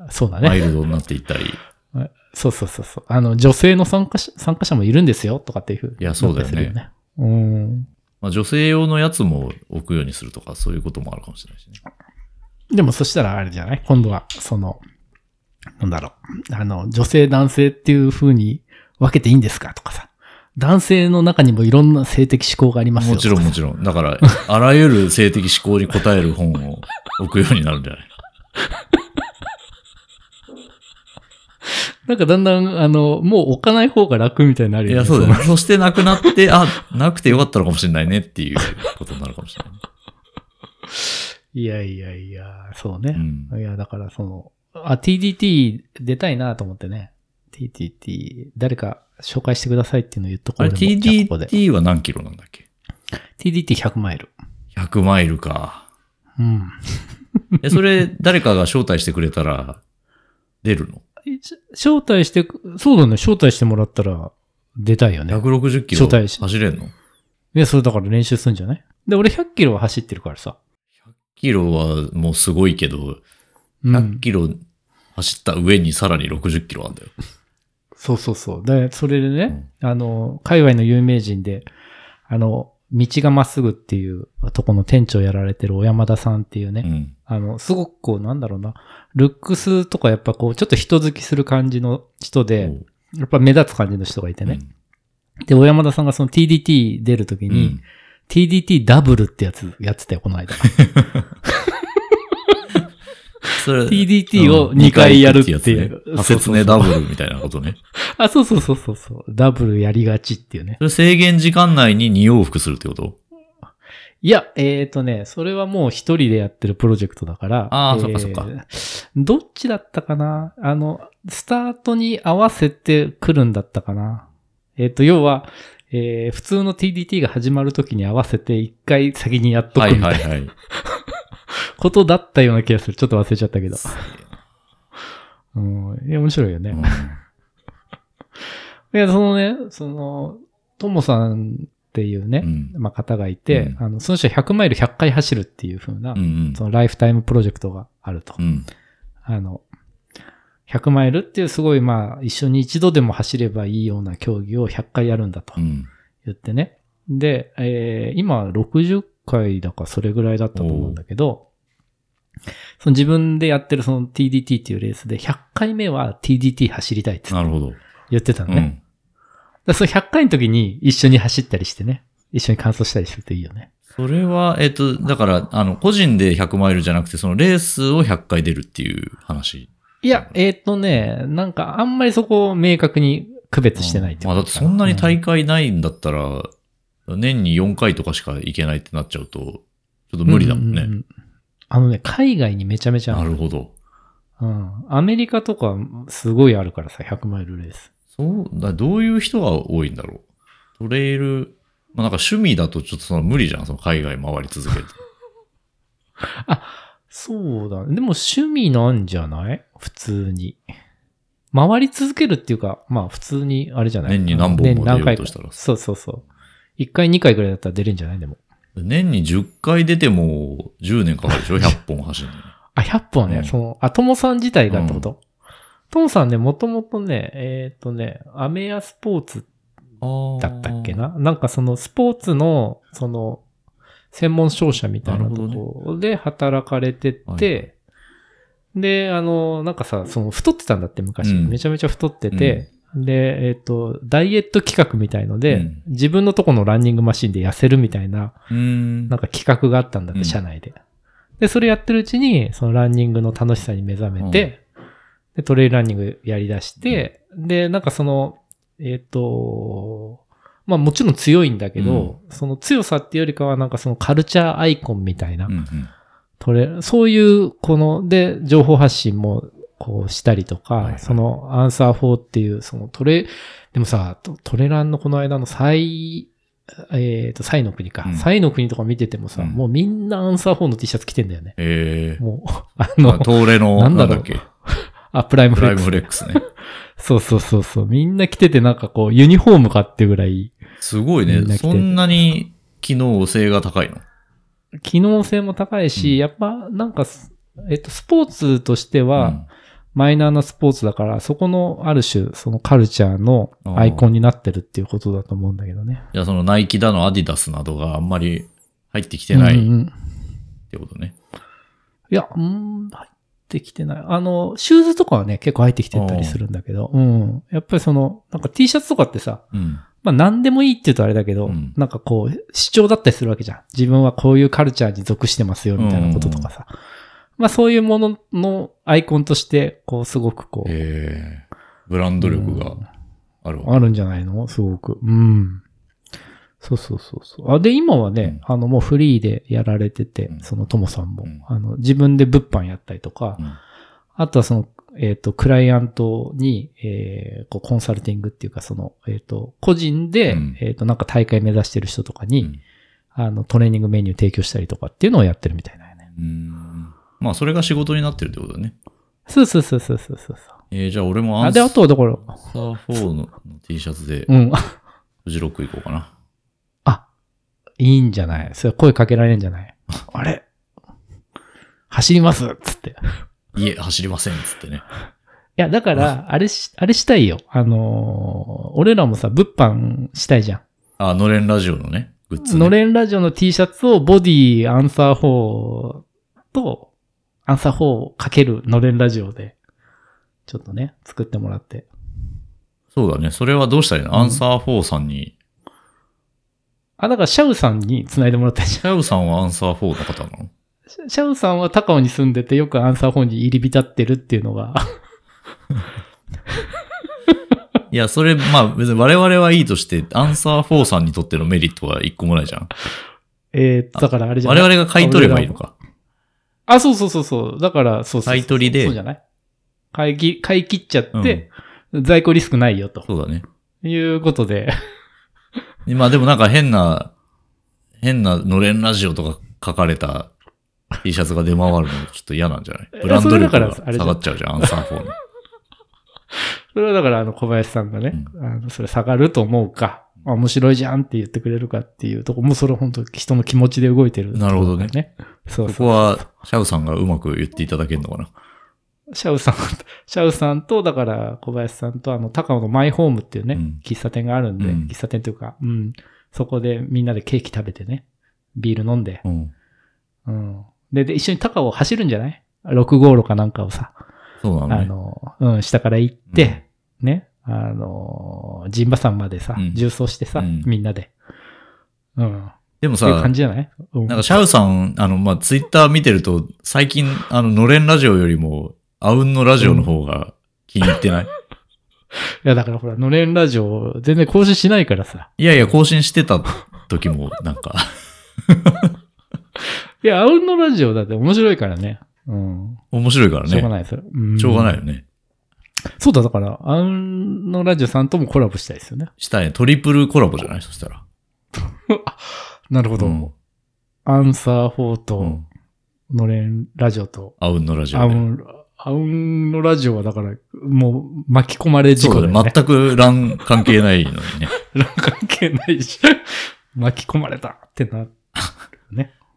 S1: そうだ
S2: マ
S1: ね。
S2: イルドになっていったり、
S1: そうそうそうそう。あの、女性の参加者参加者もいるんですよとかっていうふうに
S2: いやそうだよね
S1: なったりするうん。
S2: まあ、女性用のやつも置くようにするとか、そういうこともあるかもしれないしね。
S1: でもそしたらあれじゃない今度は、その、なんだろう。あの、女性男性っていう風に分けていいんですかとかさ。男性の中にもいろんな性的思考がありますよ
S2: もちろんもちろん。だ *laughs* から、あらゆる性的思考に応える本を置くようになるんじゃ *laughs* ない
S1: なんかだんだん、あの、もう置かない方が楽みたいになる
S2: い
S1: よね。
S2: や、そうだよ
S1: の
S2: ね。そしてなくなって、あ、なくてよかったのかもしれないねっていうことになるかもしれない。
S1: いやいやいや、そうね
S2: う。 *laughs* ん。
S1: いや、だからその、あ、TDT 出たいなと思ってね。TDT、誰か紹介してくださいっていうのを言っとこ
S2: あ
S1: う
S2: れ
S1: でもじゃあここで
S2: TDT は何キロなんだっけ
S1: TDT100 マイル。
S2: ?100 マイルか。
S1: うん。
S2: え、そ
S1: *laughs*
S2: れ、誰かが招待してくれたら、出るの
S1: し招待してく、そうだね、招待してもらったら出たいよね。
S2: ?160 キロ
S1: 招待し
S2: 走れんの
S1: いや、それだから練習するんじゃないで、俺100キロは走ってるからさ。
S2: キロはもうすごいけど、
S1: う
S2: 100
S1: ん。
S2: キロ走った上にさらに60キロあんだよ。
S1: そうそうそう。で、それでね、あの、海外の有名人で、あの、道がまっすぐっていうとこの店長やられてる小山田さんっていうね、
S2: うん。
S1: あの、すごくこう、なんだろうな、ルックスとかやっぱこう、ちょっと人好きする感じの人で、やっぱ目立つ感じの人がいてね。で、小山田さんがその TDT 出るとき
S2: う
S1: に、
S2: ん。
S1: TDT ダブルってやつやってたよ、この *laughs* 間。
S2: それ
S1: TDT を2回やるって
S2: やつね
S1: いう。
S2: 仮
S1: そうそう
S2: 説
S1: そう
S2: ねダブルみたいなことね。
S1: あ、そうそうそうそうそう。ダブルやりがちっていうね。
S2: それ制限時間内に2往復するってこと
S1: いや、えーとね、それはもう一人でやってるプロジェクトだから。
S2: あー
S1: えー
S2: そっかそっか。
S1: どっちだったかなあの、スタートに合わせてくるんだったかなえーと、要は、えー普通の TDT が始まるときに合わせて一回先にやっとく
S2: は
S1: みた
S2: い
S1: いな
S2: はいはい。
S1: ことだったような気がする。ちょっと忘れちゃったけど。
S2: す
S1: うん。いや、面白いよね。うんい
S2: げえな
S1: や、そのね、その、ともさんっていうね、
S2: うん
S1: まあ、方がいて、
S2: うん
S1: あの、その人は100マイル100回走るっていう風な、
S2: うんうん
S1: そのライフタイムプロジェクトがあると。
S2: うん。
S1: あの、100マイルっていうすごい、まあ、一緒に一度でも走ればいいような競技を100回やるんだと
S2: うん。
S1: 言ってね。で、えー今60回だかそれぐらいだったと思うんだけど、その自分でやってるその TDT っていうレースで100回目は TDT 走りたいって
S2: なるほど。
S1: 言ってたの
S2: う
S1: ね。
S2: ん。
S1: だからその100回の時に一緒に走ったりしてね。一緒に完走したりするといいよね。
S2: それは、えっと、だから、あの、個人で100マイルじゃなくて、そのレースを100回出るっていう話。
S1: いや、えーっ、とね、なんかあんまりそこを明確に区別してないって
S2: まあ、だってそんなに大会ないんだったら、年に4回とかしか行けないってなっちゃうと、ちょっと無理だもんね。
S1: うううあのね、海外にめちゃめちゃあ
S2: な
S1: る。
S2: るほど。
S1: うん。アメリカとかすごいあるからさ、100マイルレース。
S2: そう、だどういう人が多いんだろう。トレイル、まあ、なんか趣味だとちょっとその無理じゃん、その海外回り
S1: *laughs*
S2: 続けて。
S1: そうだ。でも趣味なんじゃない普通に。回り続けるっていうか、まあ普通に、あれじゃない
S2: 年に何本も出よう
S1: 年
S2: と
S1: 何回か
S2: したら
S1: そうそうそう。1回2回ぐらいだったら出れんじゃないでも。
S2: 年に10回出ても10年かかるでしょ ?100 本走るのに。
S1: あ、100本はね、
S2: うん
S1: その、あ、ともさん自体がってこと、ともさんね、もともとね、えっ、とね、アメヤスポーツだったっけななんかそのスポーツの、その、専門商社みたいな
S2: なる
S1: と
S2: ほ
S1: こで働かれてて、
S2: はいは
S1: で、あの、なんかさ、その太ってたんだって昔。
S2: うん
S1: めちゃめちゃ太ってて、で、えっ、と、ダイエット企画みたいので、
S2: うん
S1: 自分のとこのランニングマシンで痩せるみたいな、
S2: うーん。
S1: なんか企画があったんだっ
S2: う
S1: て、
S2: ん
S1: 社内で。で、それやってるうちに、そのランニングの楽しさに目覚めて、で、トレイルランニングやりだして、で、なんかその、えっ、と、まあもちろん強いんだけど、その強さっていうよりかはなんかそのカルチャーアイコンみたいな、
S2: うんうん
S1: トレ、そういう、この、で、情報発信も、こうしたりとか、
S2: はいはい
S1: そのアンサー4っていう、そのトレ、でもさ、トトレランのこの間の最、えっ、と、サイの国か、
S2: うん
S1: サイの国とか見ててもさ、
S2: うん
S1: もうみんなアンサー4の T シャツ着てんだよね。
S2: ええ
S1: もう、 *laughs* あ
S2: まあ
S1: の、
S2: 東レの、
S1: な
S2: なんん
S1: だろう
S2: だっけ
S1: あ、プライム
S2: プ
S1: フ
S2: ラ
S1: レ
S2: イ
S1: ッ
S2: ム
S1: クス。
S2: フレックスね。
S1: そうそうそうそう。みんな着ててなんかこう、ユニフォームかっていうぐらい、
S2: すごい
S1: みんな
S2: ね。
S1: 来てる
S2: そんなに機能性が高いの。
S1: 機能性も高いし、
S2: うん
S1: やっぱなんか、えっ、と、スポーツとしては、
S2: うん
S1: マイナーなスポーツだから、そこのある種、そのカルチャーのアイコンになってるっていうことだと思うんだけどね。
S2: じゃあそのナイキだのアディダスなどがあんまり入ってきてない
S1: うん
S2: っ
S1: うん
S2: てことね。
S1: いや、うーん、入ってきてない。あの、シューズとかはね、結構入ってきてたりするんだけど、うん。やっぱりその、なんか T シャツとかってさ、
S2: うん。
S1: まあ何でもいいって言うとあれだけど、
S2: うん
S1: なんかこう、主張だったりするわけじゃん。自分はこういうカルチャーに属してますよ、みたいなこととかさ。まあそういうもののアイコンとして、こう、すごくこう、
S2: ええブランド力があるわ
S1: あるんじゃないのすごく。うん。そうそうそうそう。あ、で、今はね、あの、もうフリーでやられてて、
S2: うん
S1: そのトモさんも、
S2: うん
S1: あの、自分で物販やったりとか、
S2: うん
S1: あとはその、えっ、と、クライアントに、えーこう、コンサルティングっていうか、その、えっ、と、個人で、
S2: うん
S1: えっ、と、なんか大会目指してる人とかに、
S2: うん
S1: あの、トレーニングメニュー提供したりとかっていうのをやってるみたいなよね。
S2: うん。まあ、それが仕事になってるってことだね。
S1: そうそうそうそうそうそう。
S2: えー、じゃあ俺もア
S1: あ、
S2: ンサ
S1: で、
S2: ー
S1: あとはだから、
S2: 4の T シャツで
S1: うん、
S2: フジロック行こうかな。
S1: あ、いいんじゃないそれ声かけられるんじゃない *laughs* あれ走りますっつって。い
S2: いえ、走りませんっつってね。
S1: や、だ *laughs* から、あれし、あれしたいよ。あのー俺らもさ、物販したいじゃん。
S2: あ、のれんラジオのね、グッズ、ね。
S1: のれんラジオの T シャツをボディアンサー4と、アンサー4をかけるのれんラジオで、ちょっとね、作ってもらって。
S2: そうだね。それはどうしたらいいの、
S1: うん
S2: アンサー4さんに。
S1: あ、だからシャウさんに繋いでもらったじ
S2: シャウさんはアンサー4の方なの
S1: ゃん。 *laughs* シャウさんは高尾に住んでてよくアンサー4に入り浸ってるっていうのが、 *laughs*
S2: いや、それ、まあ別に我々はいいとして、アンサー4さんにとってのメリットは一個もないじゃん。
S1: えー、だからあれじゃん
S2: 我。々が買い取ればいいのか。
S1: あ、そうそうそうそう。だから、そうそうそう。
S2: 買い取りで
S1: そうじゃない買いき、買い切っちゃっ
S2: うん
S1: て、在庫リスクないよ、と
S2: そうだね。
S1: いうことで。 *laughs*
S2: まあでもなんか変な、変なのれんラジオとか書かれた T シャツが出回るのちょっと嫌なんじゃない
S1: え
S2: ブランド力
S1: それだ
S2: が
S1: からあれじ
S2: 下
S1: ゃん
S2: がっちゃうじゃん、アンサー4の。
S1: それはだから、あの、小林さんがね、あの、それ下がると思うか、あ面白いじゃんって言ってくれるかっていうとこ、もうそれ本当人の気持ちで動いてる、
S2: なるほどね。
S1: そう
S2: そ
S1: そう。
S2: こは、シャウさんがうまく言っていただけるのかな。
S1: シャウさん、 *laughs* シャウさんと、だから、小林さんと、あの、高尾のマイホームっていうね、
S2: うん
S1: 喫茶店があるんで、
S2: うん
S1: 喫茶店というか、うん、そこでみんなでケーキ食べてね、ビール飲んで、
S2: うん。
S1: うん。で、で、一緒に高尾を走るんじゃない ?6 号路かなんかをさ、
S2: そうなの
S1: あ
S2: ね。
S1: の、うん、下から行って、ね、あの、陣馬山までさ、
S2: うん
S1: 重走してさ、
S2: うん
S1: みんなで。うん。
S2: でも
S1: そういう
S2: さ
S1: 感、じじゃないうん。
S2: なんかシャウさん、あの、まあ、ツイッター見てると、最近、あの、のれんラジオよりも、あうんのラジオの方が気に入ってない。
S1: いや、だからほら、のれんラジオ、全然更新しないからさ。
S2: いやいや、更新してた時も、なんか、 *laughs*
S1: いや、アウンのラジオだって面白いからね。うん。
S2: 面白いから
S1: しょうが
S2: ね。
S1: ない、それ。うん
S2: しょうがないよね。
S1: そうだ、だから、アウンのラジオさんともコラボしたいですよね。
S2: したいね。トリプルコラボじゃないそしたら。
S1: なるほ
S2: うん
S1: アンサー4
S2: う
S1: と、
S2: ん。
S1: のれんラジオと、
S2: あうんのラジ
S1: あ
S2: オね。
S1: うん、あうんのラジオはだから、もう巻き込まれ事
S2: そ
S1: 故
S2: うだ
S1: で、
S2: ね
S1: ね。。
S2: 全く欄関係ないのにね。
S1: *laughs* 全く関係ないし、巻き込まれたってな。
S2: だか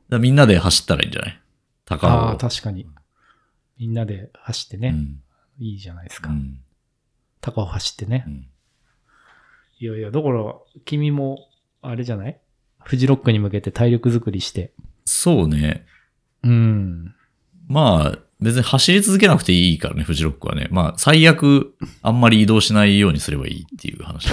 S2: らみんなで走ったらいいんじゃない高尾を。
S1: ああー、確かに。みんなで走って
S2: う
S1: ね、
S2: ん
S1: いいじゃないです
S2: う
S1: か。
S2: ん。
S1: 高尾走ってね
S2: う。ん。
S1: いやいや、だから、君も、あれじゃないフジロックに向けて体力作りして。
S2: そうね。
S1: うん。
S2: まあ、別に走り続けなくていいからね、フジロックはね。まあ、最悪、あんまり移動しないようにすればいいっていう話。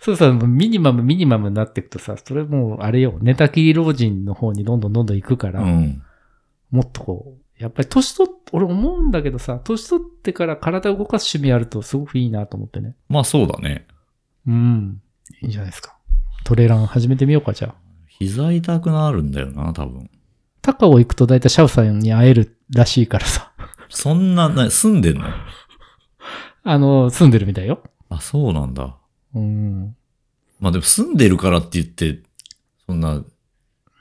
S1: そうさ、もうミニマム、ミニマムになっていくとさ、それもう、あれよ、寝たきり老人の方にどんどんどんどん行くか
S2: う
S1: ら、
S2: ん。
S1: もっとこう、やっぱり年取っ、俺思うんだけどさ、年取ってから体を動かす趣味あるとすごくいいなと思ってね。
S2: まあ、そうだね。
S1: うん。いいんじゃないですか。トレラン始めてみようか、じゃあ。
S2: 膝痛くなるんだよな、多分。
S1: 高尾行くと大体シャウさんに会えるらしいからさ。 *laughs*
S2: そんな、な住んでんの
S1: あの、住んでるみたいよ。
S2: あ、そうなんだ。
S1: うん。
S2: まあでも住んでるからって言って、そんな、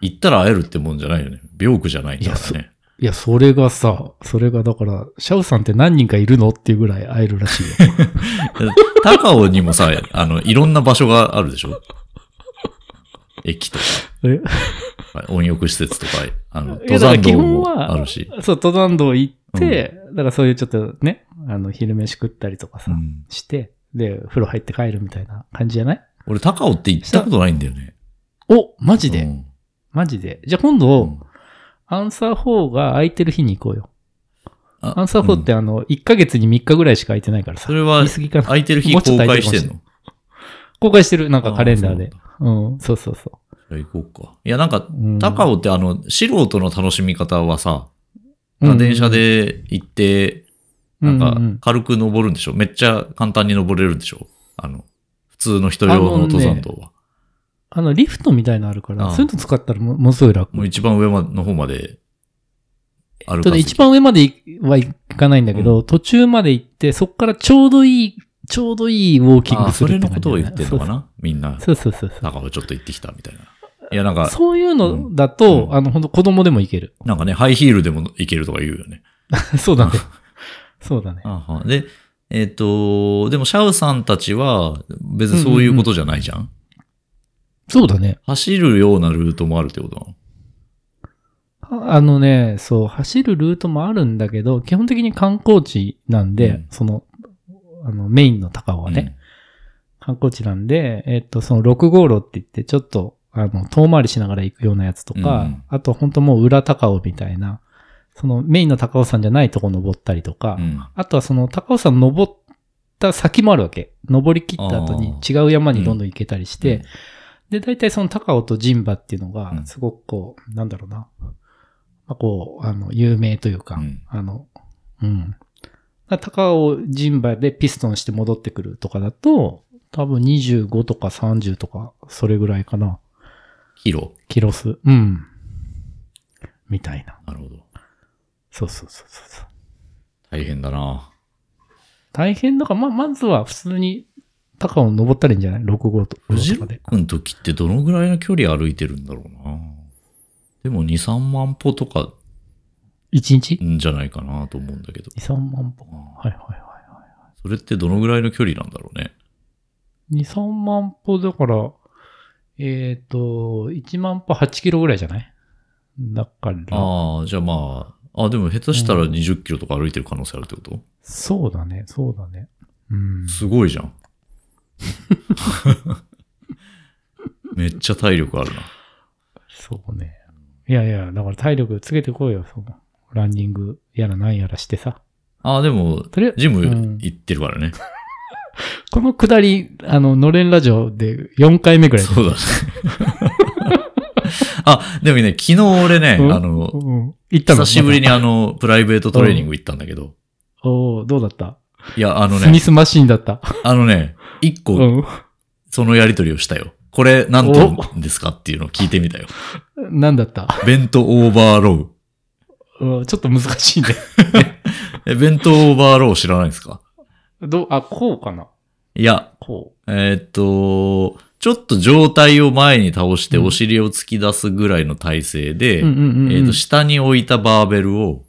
S2: 行ったら会えるってもんじゃないよね。病苦じゃないんだからね。
S1: いや、それがさ、それがだから、シャウさんって何人かいるのっていうぐらい会えるらしい *laughs* よ。
S2: *laughs* 高尾にもさ、あの、いろんな場所があるでしょ駅と
S1: え
S2: か、温浴施設とか、あの、
S1: いやだ
S2: 登
S1: から
S2: 山道もあるし。
S1: そう、登山道行って、だからそういうちょっとね、あの、昼飯食ったりとか
S2: う
S1: さ、
S2: ん、
S1: して、で、風呂入って帰るみたいな感じじゃない
S2: 俺、高尾って行ったことないんだよね。
S1: おマジで、
S2: うん
S1: マジで。じゃあ今度、
S2: うん
S1: アンサー4が空いてる日に行こうよ。
S2: あ
S1: アンサー4って
S2: うん
S1: あの、1ヶ月に3日ぐらいしか空いてないからさ。
S2: それは
S1: 言い過ぎかな。
S2: 空いてる日
S1: もうちょっ
S2: 公
S1: と空い
S2: 開
S1: てるかもしれ
S2: してん
S1: ない
S2: の
S1: 公開してる、なんかカレンダー
S2: あ
S1: で
S2: そ。
S1: うん、そうそうそう
S2: なんだじゃあ行こうか。いや、なんか
S1: う、うん。
S2: 高尾ってあの、素人の楽しみ方はさ、
S1: うん
S2: 電車で行って、
S1: う
S2: なんん
S1: う
S2: か
S1: ん、
S2: 軽く登るんでしょめっちゃ簡単に登れるんでしょあの、普通の人用の登山道は。
S1: あの、リフトみたいのあるから、
S2: ああ
S1: そういうの使ったらもものすごい楽。
S2: もう一番上までの方まで
S1: た
S2: 歩か
S1: だ
S2: ず
S1: 一番上までは行かないんだけど、途中まで行って、そこからちょうどいい、ちょうどいいウォーキン
S2: あ
S1: グす
S2: そ
S1: るっ
S2: れ
S1: て
S2: の
S1: 感
S2: こ
S1: じ
S2: と
S1: だ
S2: を
S1: ね
S2: 言ってんのか
S1: *laughs*
S2: なみんな。
S1: そうそうそうそう。
S2: だからちょっと行ってきたみたいな。いや、なんか、
S1: そういうのだと、
S2: うん
S1: あの、本当子供でも行ける。
S2: なんかね、ハイヒールでも行けるとか言うよね。
S1: *laughs* そうだね。 *laughs* そうだね。
S2: あはで、えっ、と、でもシャウさんたちは別にそういうことじゃないじゃん,、
S1: そうだね。
S2: 走るようなルートもあるってことなの
S1: ああのね、そう、走るルートもあるんだけど、基本的に観光地なんで、
S2: うん
S1: その、あの、メインの高尾はね、観光地なんで、えっと、その6号路って言って、ちょっと、あの、遠回りしながら行くようなやつとか、
S2: うん
S1: あと、本当もう裏高尾みたいな、そのメインの高尾山じゃないとこ登ったりとか、
S2: うん。うん
S1: あとはその高尾山登った先もあるわけ。登り切った後に
S2: あ
S1: 違う山にどんどん行けたりして、、で、大体その高尾と陣馬っていうの
S2: う
S1: が、
S2: ん
S1: すごくこう、なんだろうな。まあ、こう、あの、有名というか、
S2: うん
S1: あの、うん。だから高尾陣馬でピストンして戻ってくるとかだと、多分25とか30とか、それぐらいかな。
S2: キロ。
S1: キロ数。うん。みたいな。
S2: なるほど。
S1: そうそうそうそうそう。
S2: 大変だな
S1: 大変だから、まあ、まずは普通に高尾を登ったらいいんじゃない ?6 号と。
S2: 藤
S1: とか
S2: 郎
S1: で。
S2: くん時ってどのぐらいの距離歩いてるんだろうなでも2、3万歩とか
S1: 1日
S2: んじゃないかなと思うんだけど。
S1: ?2、3万歩。
S2: あ
S1: はいはいはい。
S2: それってどのぐらいの距離なんだろうね。
S1: 2、3万歩だから、えっ、と、1万歩8キロぐらいじゃないだから、
S2: ああ、じゃあまあ、あ、でも下手したら20キロとか歩いてる可能性あるってこと、
S1: そうだね、そうだね。うん。
S2: すごいじゃん。 *laughs* めっちゃ体力あるな。
S1: そうね。いやいや、だから体力つけてこいよ、その、ランニングやらなんやらしてさ。
S2: ああ、でも、
S1: とりあえず、
S2: ジム
S1: うん
S2: 行ってるからね。
S1: このくだり、あの、のれんラジオで4回目ぐらいだ
S2: そうだね。 *laughs* あ、でもね、昨日俺ね、
S1: うん
S2: あの、
S1: うん。行ったの
S2: 久しぶりに
S1: ま
S2: あの、プライベートトレーニング行ったんだけど、
S1: たおおどうだった
S2: いや、あの
S1: スミ
S2: ね、
S1: スマシンだった。
S2: あのね、一
S1: う
S2: 個、
S1: ん。
S2: そのやりとりをしたよ。これ、なんて言うんですかっていうのを聞いてみたよ。
S1: なんだった
S2: *laughs* ベントオーバーロー。
S1: うんちょっと難しいね。
S2: え、ベントオーバーロー知らないですか
S1: どう、あ、こうかない
S2: や、
S1: こ
S2: えーっと、ちょっと上体を前に倒して
S1: うん
S2: お尻を突き出すぐらいの体勢で、
S1: う。うんうんうんうん。
S2: えーっと、下に置いたバーベルを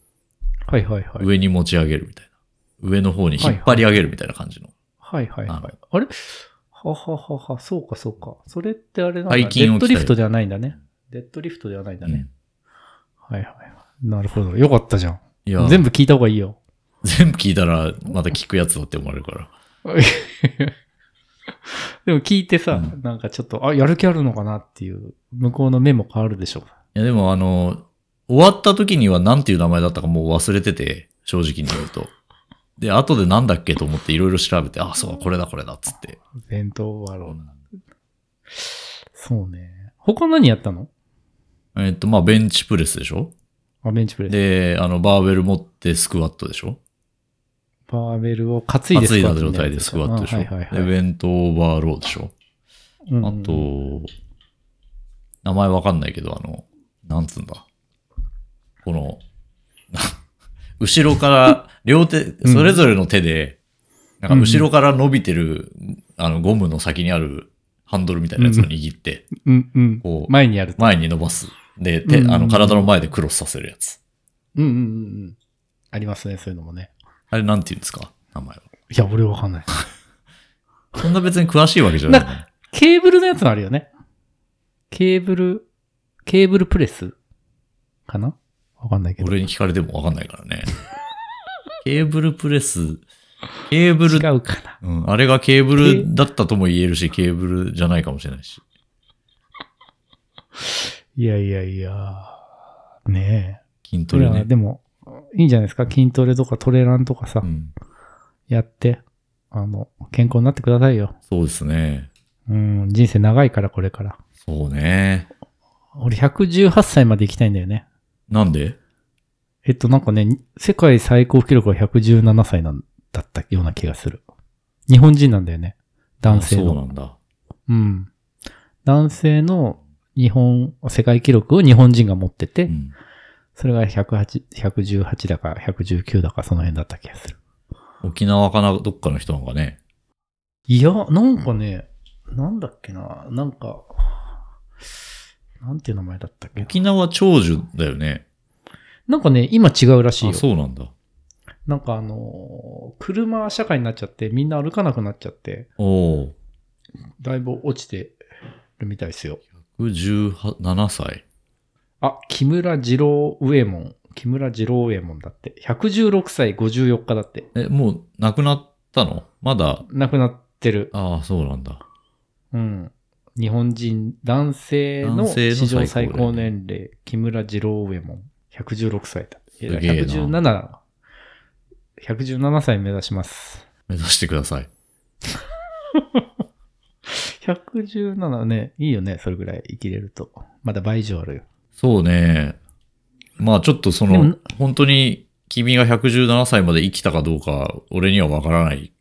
S1: はいはいはい。
S2: 上に持ち上げるみたいな。上の方に引っ張り上げるみたいな感じの。
S1: はいはい
S2: あの
S1: はい。あれはははは、そうかそうか。それってあれなんだ
S2: 背
S1: デ
S2: 筋を鍛える
S1: ッドリフトではないんだね。デッドリフトではないんだね。はいはいはい。なるほど。よかったじゃん。
S2: いや、
S1: 全部聞いた方がいいよ。
S2: 全部聞いたら、また聞くやつだって思われるから。
S1: でも聞いてさ、
S2: う
S1: なんかちょっと、あ、やる気あるのかなっていう、向こうの目も変わるでしょう。
S2: いや、でもあの、終わった時には何ていう名前だったかもう忘れてて、正直に言うと。で、後でなんだっけと思っていろいろ調べて、あ、そう、これだ、これだ、っつって。
S1: 伝統はろうな。そうね。他何やったの
S2: えっと、まあ、ベンチプレスでしょ
S1: あ、ベンチプレス。
S2: で、あの、バーベル持ってスクワットでしょ
S1: バーベルを担いで
S2: 熱
S1: ス
S2: い
S1: クワ
S2: だ
S1: ット
S2: 状
S1: みた
S2: 態
S1: いな
S2: で
S1: やつ
S2: スクワットでしょ
S1: あはいはい
S2: で、
S1: はい。
S2: ベントオーバーローでしょ
S1: うん
S2: あと、名前わかんないけど、あの、なんつうんだ。この、 *laughs* 後ろから、両手、
S1: ん
S2: それぞれの手で、なんか
S1: うん
S2: 後ろから伸びてる、あの、ゴムの先にあるハンドルみたいなやつを握って、
S1: うんうん。
S2: こう、
S1: 前にやると。
S2: 前に伸ばす。で、手、
S1: うん
S2: あの、体の前でクロスさせるやつ。
S1: うんうんうんうん。ありますね、そういうのもね。
S2: あれなんて言うんですか名前は。
S1: いや、俺わかんない。
S2: そんな別に詳しいわけじゃない、ね。
S1: ケーブルのやつもあるよね。ケーブル、ケーブルプレスかなわかんないけど。
S2: 俺に聞かれてもわかんないからね。ケーブルプレス、ケーブ
S1: 違
S2: ル、
S1: うかな。
S2: うん、あれがケーブルだったとも言えるし、ケーブルじゃないかもしれないし。
S1: いやいやいや。ね
S2: 筋
S1: え。
S2: トレ
S1: いや
S2: ね。
S1: でも、いいんじゃないですか。筋トレとかトレランとかさ、
S2: うん、
S1: やって、あの、健康になってくださいよ。
S2: そうですね。
S1: うん、人生長いから、これから。
S2: そうね。
S1: 俺、118歳まで行きたいんだよね。
S2: なんで
S1: えっと、なんかね、世界最高記録は117歳なんだったような気がする。日本人なんだよね。男性
S2: あ
S1: の。
S2: そうなんだ。
S1: うん。男性の日本、世界記録を日本人が持ってて、
S2: うん、
S1: それが108 118だか119だかその辺だった気がする。
S2: 沖縄かな、どっかの人なんかね。
S1: いや、なんかね、なんだっけな、なんか、なんていう名前だったっけな
S2: 沖縄長寿だよね。
S1: なんかね、今違うらしい
S2: あ、
S1: よ。
S2: そうなんだ。
S1: なんかあのー車社会になっちゃって、みんな歩かなくなっちゃって、
S2: おお。
S1: だいぶ落ちてるみたいですよ。
S2: 117歳。
S1: あ、木村二郎右衛門。木村二郎右衛門だって。116歳54日だって。
S2: え、もう亡くなったのまだ。
S1: 亡くなってる。
S2: ああ、そうなんだ。
S1: うん。日本人、男性の
S2: 男性の
S1: 史上最
S2: 最
S1: 高
S2: 高
S1: 年齢、木村二郎右衛門。116歳だ。いや
S2: すげえ
S1: 117、117歳目指します。
S2: 目指してください。
S1: 117ね、いいよね、それぐらい生きれると。まだ倍以上あるよ。 *laughs*
S2: そうね。まあちょっとそ
S1: でも
S2: の、本当に君が117歳まで生きたかどうか、俺にはわからない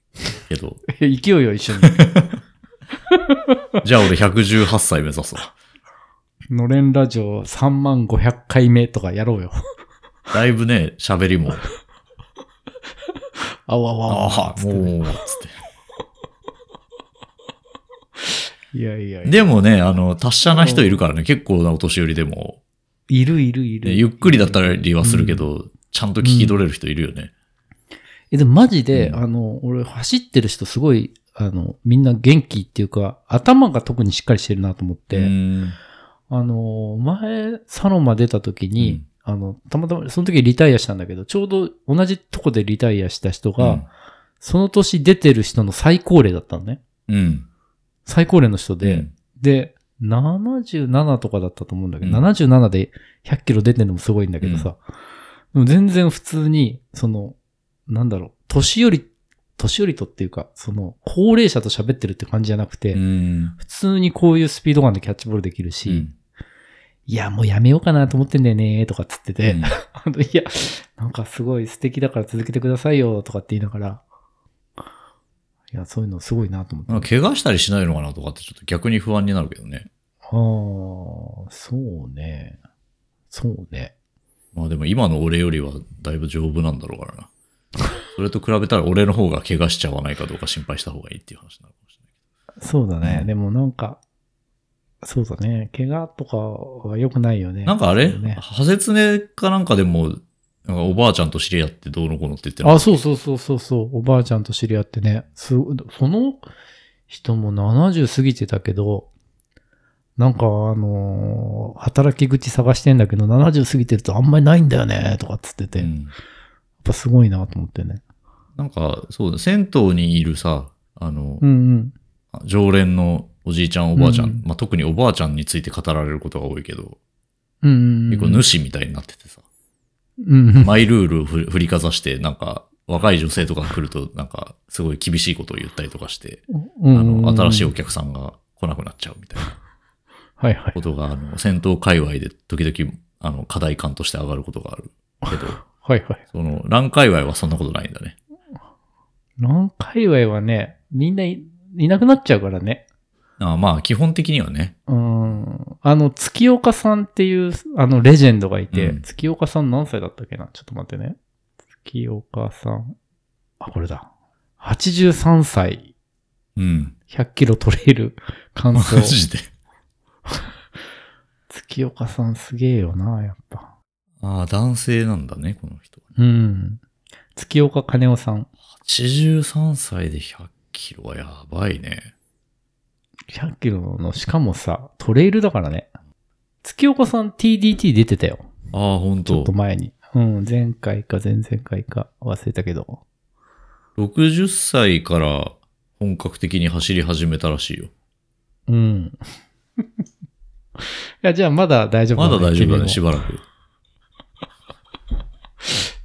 S2: けど。 *laughs*
S1: 勢いよ、一緒に。 *laughs*
S2: じゃあ俺118歳目指そう。
S1: のれんラジオ3万500回目とかやろうよ。
S2: だいぶね、喋りも、
S1: あわわわ。
S2: ああ、もう、もうつっ
S1: いやいやい
S2: て。
S1: や。
S2: でもね、あの、達者な人いるからね、結構なお年寄りでも、
S1: いるいるいる。
S2: ねゆっくりだったりはするけど、ちゃんと聞き取れる人いるよね。
S1: え、でもマジで、
S2: うん
S1: あの、俺走ってる人すごい、あの、みんな元気っていうか、頭が特にしっかりしてるなと思って、
S2: うん
S1: あの、前、サロマ出た時に、あの、たまたま、その時リタイアしたんだけど、ちょうど同じとこでリタイアした人が、その年出てる人の最高齢だったのね。
S2: うん。うん。
S1: 最高齢の人で、
S2: うん、
S1: で、77とかだったと思うんだけど、
S2: うん
S1: 77で100キロ出てるのもすごいんだけどさ、でも全然普通に、その、なんだろう、年寄り、年寄りとっていうか、その、高齢者と喋ってるって感じじゃなくて、
S2: うん。
S1: 普通にこういうスピード感でキャッチボールできるし、
S2: うん
S1: いや、もうやめようかなと思ってんだよね、とかっつってて、あのいや、なんかすごい素敵だから続けてくださいよ、とかって言いながら、いや、そういうのすごいなと思って。
S2: なんか怪我したりしないのかなとかってちょっと逆に不安になるけどね。
S1: ああ、そうね。そうね。
S2: まあでも今の俺よりはだいぶ丈夫なんだろうからな。それと比べたら俺の方が怪我しちゃわないかどうか心配した方がいいっていう話になるかもしれない。
S1: そうだね。
S2: うん
S1: でもなんか、そうだね。怪我とかは良くないよね。
S2: なんかあれ、
S1: ね
S2: ハセツネかなんかでも、なんかおばあちゃんと知り合ってどうのこうのって言ってなかっ
S1: あ、そうそうそうそうそう。おばあちゃんと知り合ってね。すその人も70過ぎてたけど、なんかあのー働き口探してんだけど、70過ぎてるとあんまりないんだよね、とかっつってて、
S2: た
S1: やっ
S2: うん
S1: ぱすごいなと思ってね。
S2: なんか、そうだ、銭湯にいるさ、あの
S1: う、ん
S2: 常連のおじいちゃんおばあちゃん、
S1: うん
S2: まあ特におばあちゃんについて語られることが多いけど、
S1: うん。うんうんうん、
S2: 結構主みたいになっててさ、
S1: うんうん。
S2: マイルールをふ振りかざして、なんか、若い女性とかが来ると、なんか、すごい厳しいことを言ったりとかして、
S1: うん
S2: あ
S1: うんうん
S2: の、新しいお客さんが来なくなっちゃうみたいな
S1: はいはい。
S2: こ
S1: *laughs*
S2: とが、あの、戦闘界隈で時々、あの、課題感として上がることがあるけど、
S1: はいはい。
S2: その、ラン界隈はそんなことないんだね。
S1: ラン界隈はね、みんないいなくなっちゃうからね。
S2: あまあ、基本的にはね。
S1: うーん。あの、月岡さんっていう、あの、レジェンドがいて、
S2: うん
S1: 月岡さん何歳だったっけなちょっと待ってね。月岡さん。あ、これだ。83歳、
S2: うん。
S1: 100キロトレイル完
S2: マ
S1: 走。
S2: ジで。
S1: 月岡さんすげえよな、やっぱ。
S2: ああ、男性なんだね、この人。
S1: うん。月岡金夫さん。
S2: 83歳で100キロはやばいね。
S1: 100キロの、しかもさ、トレイルだからね。月岡さん TDT 出てたよ。
S2: ああ、本
S1: ちょっと
S2: 当
S1: 前に。うん、前回か前々回か忘れたけど。
S2: 60歳から本格的に走り始めたらしいよ。
S1: *laughs* うん。いや、じゃあまだ大丈夫
S2: まだ大丈夫だね、し
S1: 君も
S2: ばらく。
S1: い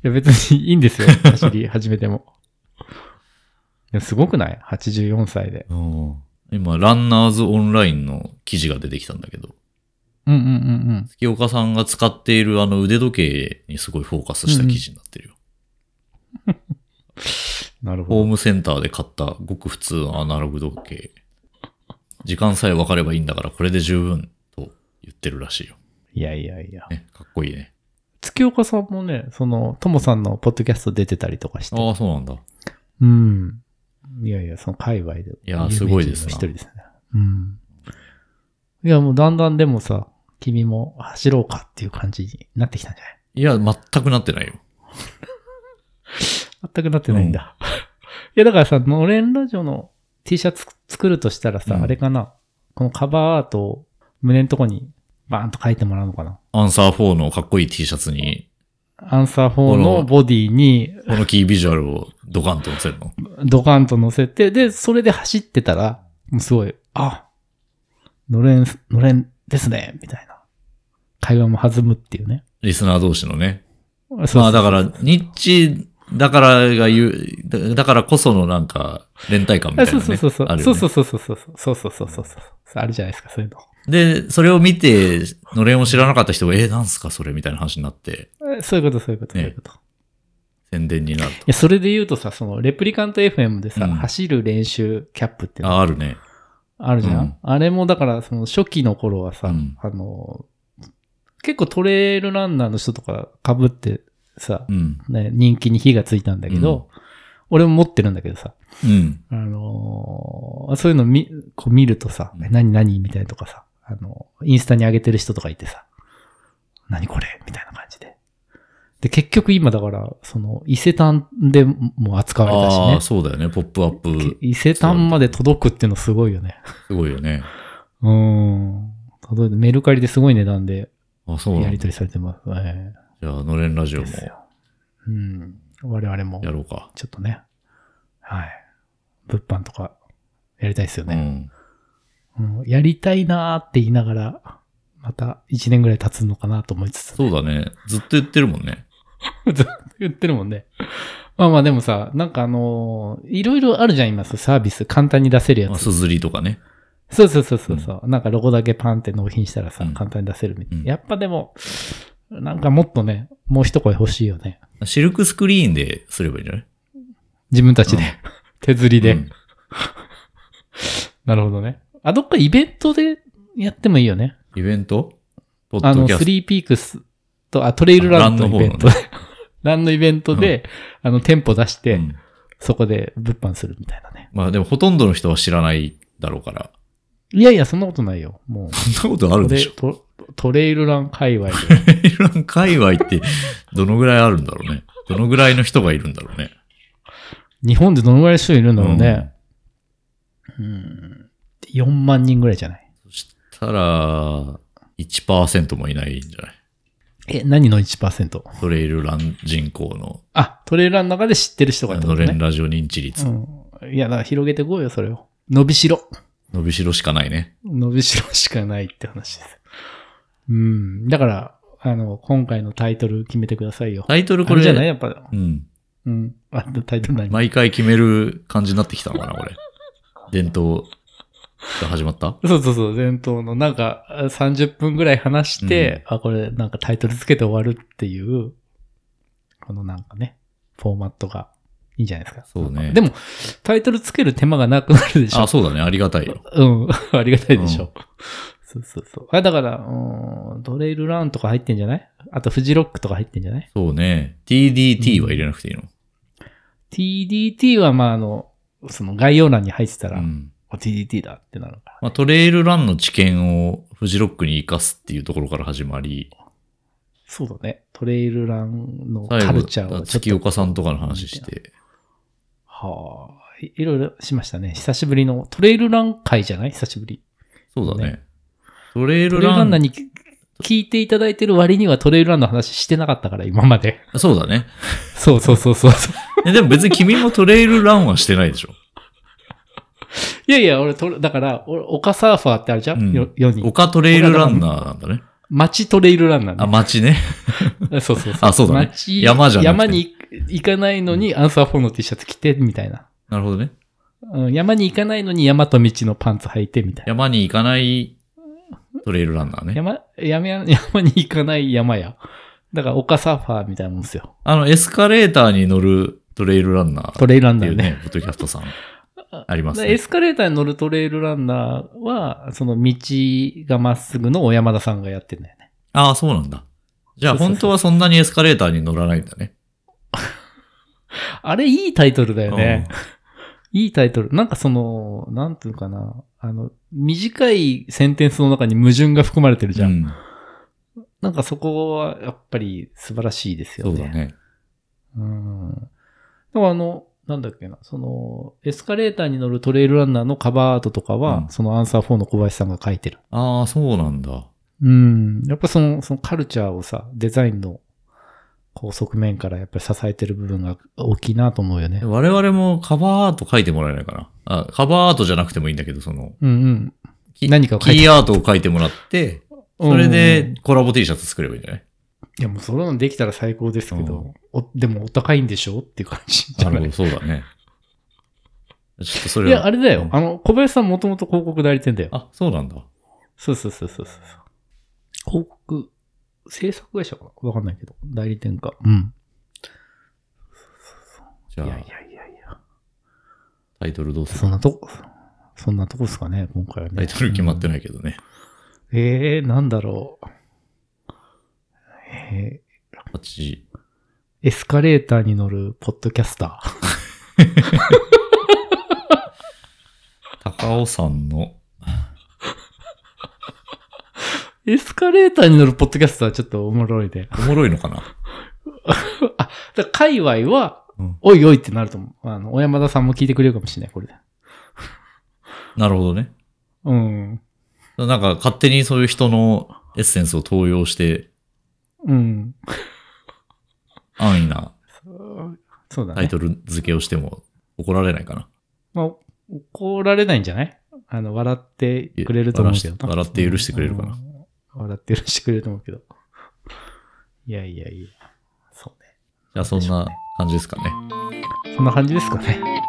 S1: や、別にいいん
S2: *laughs*
S1: ですよ。走り始めても。いやすごくない ?84 歳で。
S2: うん今、ランナーズオンラインの記事が出てきたんだけど、
S1: うんうんうんうん。
S2: 月岡さんが使っているあの腕時計にすごいフォーカスした記事になってるよ。
S1: なる
S2: ホ
S1: ほ
S2: ー
S1: ど。
S2: ムセンターで買ったごく普通のアナログ時計。時間さえ分かればいいんだからこれで十分と言ってるらしいよ。
S1: いやいやいや。
S2: ね、かっこいいね。
S1: 月岡さんもね、その、ともさんのポッドキャスト出てたりとかして。
S2: ああ、そうなんだ。
S1: うん。いやいや、その界隈で。い
S2: やすごいですな
S1: 一人ですね。うん。いや、もうだんだんでもさ、君も走ろうかっていう感じになってきたんじゃない
S2: いや、全くなってないよ。
S1: 全くなってないんだ。 *laughs* いや、だからさ、のれんラジオの T シャツ作るとしたらさ、
S2: うん
S1: あれかな。このカバーアートを胸のとこにバーンと書いてもらうのかな。
S2: アンサー4のかっこいい T シャツに、
S1: アンサー4
S2: この
S1: のボディに
S2: このキービジュアルをドカンと載せるの。
S1: ドカンと乗せて、で、それで走ってたら、もうすごい、あ、のれん、のれんですね、みたいな。会話も弾むっていうね。
S2: リスナー同士のね。
S1: そうそう
S2: まあだから、ニッチだからが言う、だだからこそのなんか、連帯感みた
S1: あ
S2: いな、
S1: そう
S2: ね。
S1: そうそうそう。
S2: ある
S1: そ
S2: よ
S1: う
S2: ね
S1: そうそうそうそう。そうそうそうそうそう。あるじゃないですか、そういうの。
S2: で、それを見て、のれんを知らなかった人が、えー、なんすかそれみたいな話になって、
S1: えそういうこと、そういうこと、そ
S2: ね
S1: ういうこと。い
S2: 宣伝になると。
S1: や、それで言うとさ、その、レプリカント FM でさ、
S2: うん
S1: 走る練習キャップっていうの
S2: あ、あるね。
S1: あるじゃん、
S2: うん
S1: あれもだから、その、初期の頃はさ、
S2: うん
S1: あの、結構トレイルランナーの人とか被ってさ
S2: う、ん。
S1: ね、人気に火がついたんだけど、俺も持ってるんだけどさ、
S2: うん。
S1: あのーそういうの見、こう見るとさ、
S2: うん
S1: え何何みたいなとかさ、あの、インスタに上げてる人とかいてさ、何これみたいな感じで。で、結局今だから、その、伊勢丹でも扱われたし
S2: あ
S1: ね
S2: あ、。そうだよね。ポップアップ
S1: け、伊勢丹まで届くっていうのすごいよね。
S2: すごいよね。
S1: うーん。届いてメルカリですごい値段で
S2: あそうな
S1: や
S2: ん
S1: り
S2: だ。
S1: 取りされてます。え
S2: じゃあ、のれんラジ
S1: え
S2: オ
S1: で
S2: も
S1: すよ。うん。我々も
S2: やろうか。
S1: ちょっとね、はい。物販とか、やりたいですよ
S2: う
S1: ね、
S2: ん。
S1: うんやりたいなーって言いながら、また1年ぐらい経つのかなと思いつつ、
S2: そうだね。ずっと言ってるもんね。
S1: ずっと言ってるもんね。まあまあでもさ、なんかあのーいろいろあるじゃん、今さ、サービス、簡単に出せるや
S2: まあ、
S1: つ。
S2: すずりとかね。
S1: そうそうそうそうそう、なんかロゴだけパンって納品したらさ、
S2: うん
S1: 簡単に出せるみたいな。
S2: うん
S1: やっぱでも、なんかもっとね、もう一声欲しいよね。
S2: シルクスクリーンですればいいんじゃない
S1: 自分たちで、
S2: うん
S1: 手釣りで、
S2: うん
S1: なるほどね。あ、どっかイベントでやってもいいよね。
S2: イベントポッ
S1: あ
S2: ド
S1: の、
S2: キャ
S1: ス
S2: スト。
S1: リーピークスと、あ、トレイルランの
S2: ランの
S1: イベ
S2: 方のね
S1: ントで、ランのイベントで、あの、店舗出して、
S2: うん
S1: そこで物販するみたいなね。
S2: まあ、でもほとんどの人は知らないだろうから。
S1: いやいや、そんなことないよ。もう、
S2: そんなことあるでしょ
S1: トレトトレイルラン界隈で。
S2: ペイラン界隈ってどのぐらいあるんだろうね。どのぐらいの人がいるんだろうね。
S1: 日本でどのぐらいの人いるんだろうね。うん、4万人ぐらいじゃない。
S2: うん。そしたら、1%もいないんじゃない
S1: え、何の1%?
S2: トレイルラン人口の、
S1: あ、トレイルランの中で知ってる人がいた
S2: の
S1: こと
S2: れん
S1: ね。
S2: ラジオ認知率、
S1: うん。いや、だから広げてこうよ、それを。伸びしろ。
S2: 伸びしろしかないね。
S1: 伸びしろしかないって話です。うん。だから、あの、今回のタイトル決めてくださいよ。
S2: タイトル
S1: こ
S2: こ
S1: れ
S2: れ、
S1: じゃないやっぱ。
S2: うん。
S1: うん。あ、タイトル何、
S2: 毎回決める感じになってきたのかな、これ。伝統が始まった
S1: そうそうそう、前頭のなんかあ30分ぐらい話して、あ、これなんかタイトルつけて終わるっていう、このなんかね、フォーマットがいいんじゃないですか。
S2: そうね
S1: でも、タイトルつける手間がなくなるでしょ。
S2: あ、そうだね。ありがたいよ。
S1: うん。 *laughs* ありがたいでしょ。そうそうそう。あ、だから、うん、トレイルランとか入ってんじゃないあと、フジロックとか入ってんじゃない
S2: そうね。TDT は入れなくていいの。
S1: TDT は、まあ、あの、その概要欄に入ってた
S2: う
S1: ら、
S2: ん。
S1: あ TDT だってなるから。
S2: まあ、トレイルランの知見をフジロックに活かすっていうところから始まり、
S1: そうだね。トレイルランの
S2: 最後
S1: カルチャーをち
S2: 月
S1: ょっと。
S2: 岡さんとかの話して。
S1: はあ。いいろいろしましたね。久しぶりの。トレイルラン会じゃない久しぶり。
S2: そうだね。
S1: ね
S2: トレイ
S1: ト
S2: ル
S1: レイル
S2: ラ
S1: ラ
S2: ン
S1: ンナーに聞いていただいてる割にはトレイルランの話してなかったから、今まで。 *laughs*
S2: そうだね。
S1: そうそうそうそう。
S2: えでも別に君もトレイルランはしてないでしょ。
S1: いやいや、俺、トレだから、俺、丘サーファーってあるじゃ
S2: うん
S1: ん、よ世に。
S2: 丘トレイルランナーなんだね。
S1: 街トレイルランなん
S2: あ、
S1: だ。
S2: 街ね。
S1: そうそうそう。
S2: あそうだね
S1: 街
S2: 山じゃなくて
S1: 山に行かないのに、アンサー4の T シャツ着て、みたいな。
S2: なるほどね。
S1: うん、山に行かないのに山と道のパンツ履いて、みたいな。
S2: 山に行かないトレイルランナーね。
S1: 山、山、山に行かない山や。だから、丘サーファーみたいなもんですよ。
S2: あの、エスカレーターに乗るトレイルランナー
S1: ト
S2: っ
S1: レイルラン
S2: て
S1: ナ
S2: い
S1: ー
S2: う
S1: ね。
S2: ね、ポッドキャストさんあります
S1: エ
S2: ね。
S1: スカレーターに乗るトレイルランナーは、その道がまっすぐの小山田さんがやってんだよね。
S2: ああ、そうなんだ。じゃあ
S1: そうそうそう
S2: 本当はそんなにエスカレーターに乗らないんだね。
S1: あれ、いいタイトルだよね。
S2: うん
S1: いいタイトル。なんかその、なんていうかな。あの、短いセンテンスの中に矛盾が含まれてるじゃん。
S2: うん
S1: なんかそこは、やっぱり素晴らしいですよ
S2: そ
S1: ね。
S2: うだね。
S1: うん。でもあの、なんだっけな、その、エスカレーターに乗るトレイルランナーのカバーアートとかは、
S2: うん
S1: そのアンサー4の小林さんが書いてる。
S2: ああ、そうなんだ。
S1: うん。やっぱその、そのカルチャーをさ、デザインの、こう、側面からやっぱり支えてる部分が大きいなと思うよね。
S2: 我々もカバーアート書いてもらえないかな。あカバーアートじゃなくてもいいんだけど、その、
S1: うんうん。
S2: キ
S1: 何かを書
S2: キ
S1: いて
S2: ーアートを書いてもらって、それ
S1: うん
S2: で、コラボ T シャツ作ればいいんじゃない
S1: いやもうそれもできたら最高ですけ
S2: うん
S1: ど、おでもお高いんでしょっていう感じじゃない
S2: なるほど、そうだね。ちょっとそ
S1: い
S2: れは。
S1: や、あれだ
S2: う
S1: よ。
S2: ん
S1: あの、小林さんもともと広告代理店だよ。
S2: あ、そうなんだ。
S1: そうそうそうそうそう。広告、制作会社かなわかんないけど、代理店か。うん。
S2: じゃあ、
S1: いやいや。
S2: タイトルどうす
S1: そん
S2: る
S1: なとこ、そんなとこですかね、今回はね。
S2: タイトル決まって
S1: る。
S2: ないけどね。
S1: ええー、なんだろう。え
S2: 8、
S1: ーエスカレーターに乗るポッドキャスター。
S2: 高尾山の、
S1: *laughs* エスカレーターに乗るポッドキャスターはちょっとおもろいで。
S2: おもろいのかな *laughs*
S1: あ、だから界隈は、
S2: うん
S1: おいおいってなると思う。あの、小山田さんも聞いてくれるかもしれない、これで。
S2: なるほどね。
S1: うん。
S2: なんか勝手にそういう人のエッセンスを盗用して
S1: うん。
S2: 安易な
S1: そうだ
S2: タ
S1: ね
S2: イ。トル付けをしても怒られないかな。
S1: まあ、怒られないんじゃないあの、笑ってくれると思うけどな
S2: 笑して笑って許してくれるか
S1: う
S2: な
S1: ん笑って許してくれると思うけど。いやいやいや。そう
S2: じゃあそんな感じですかね。
S1: ね。そんな感じですかね。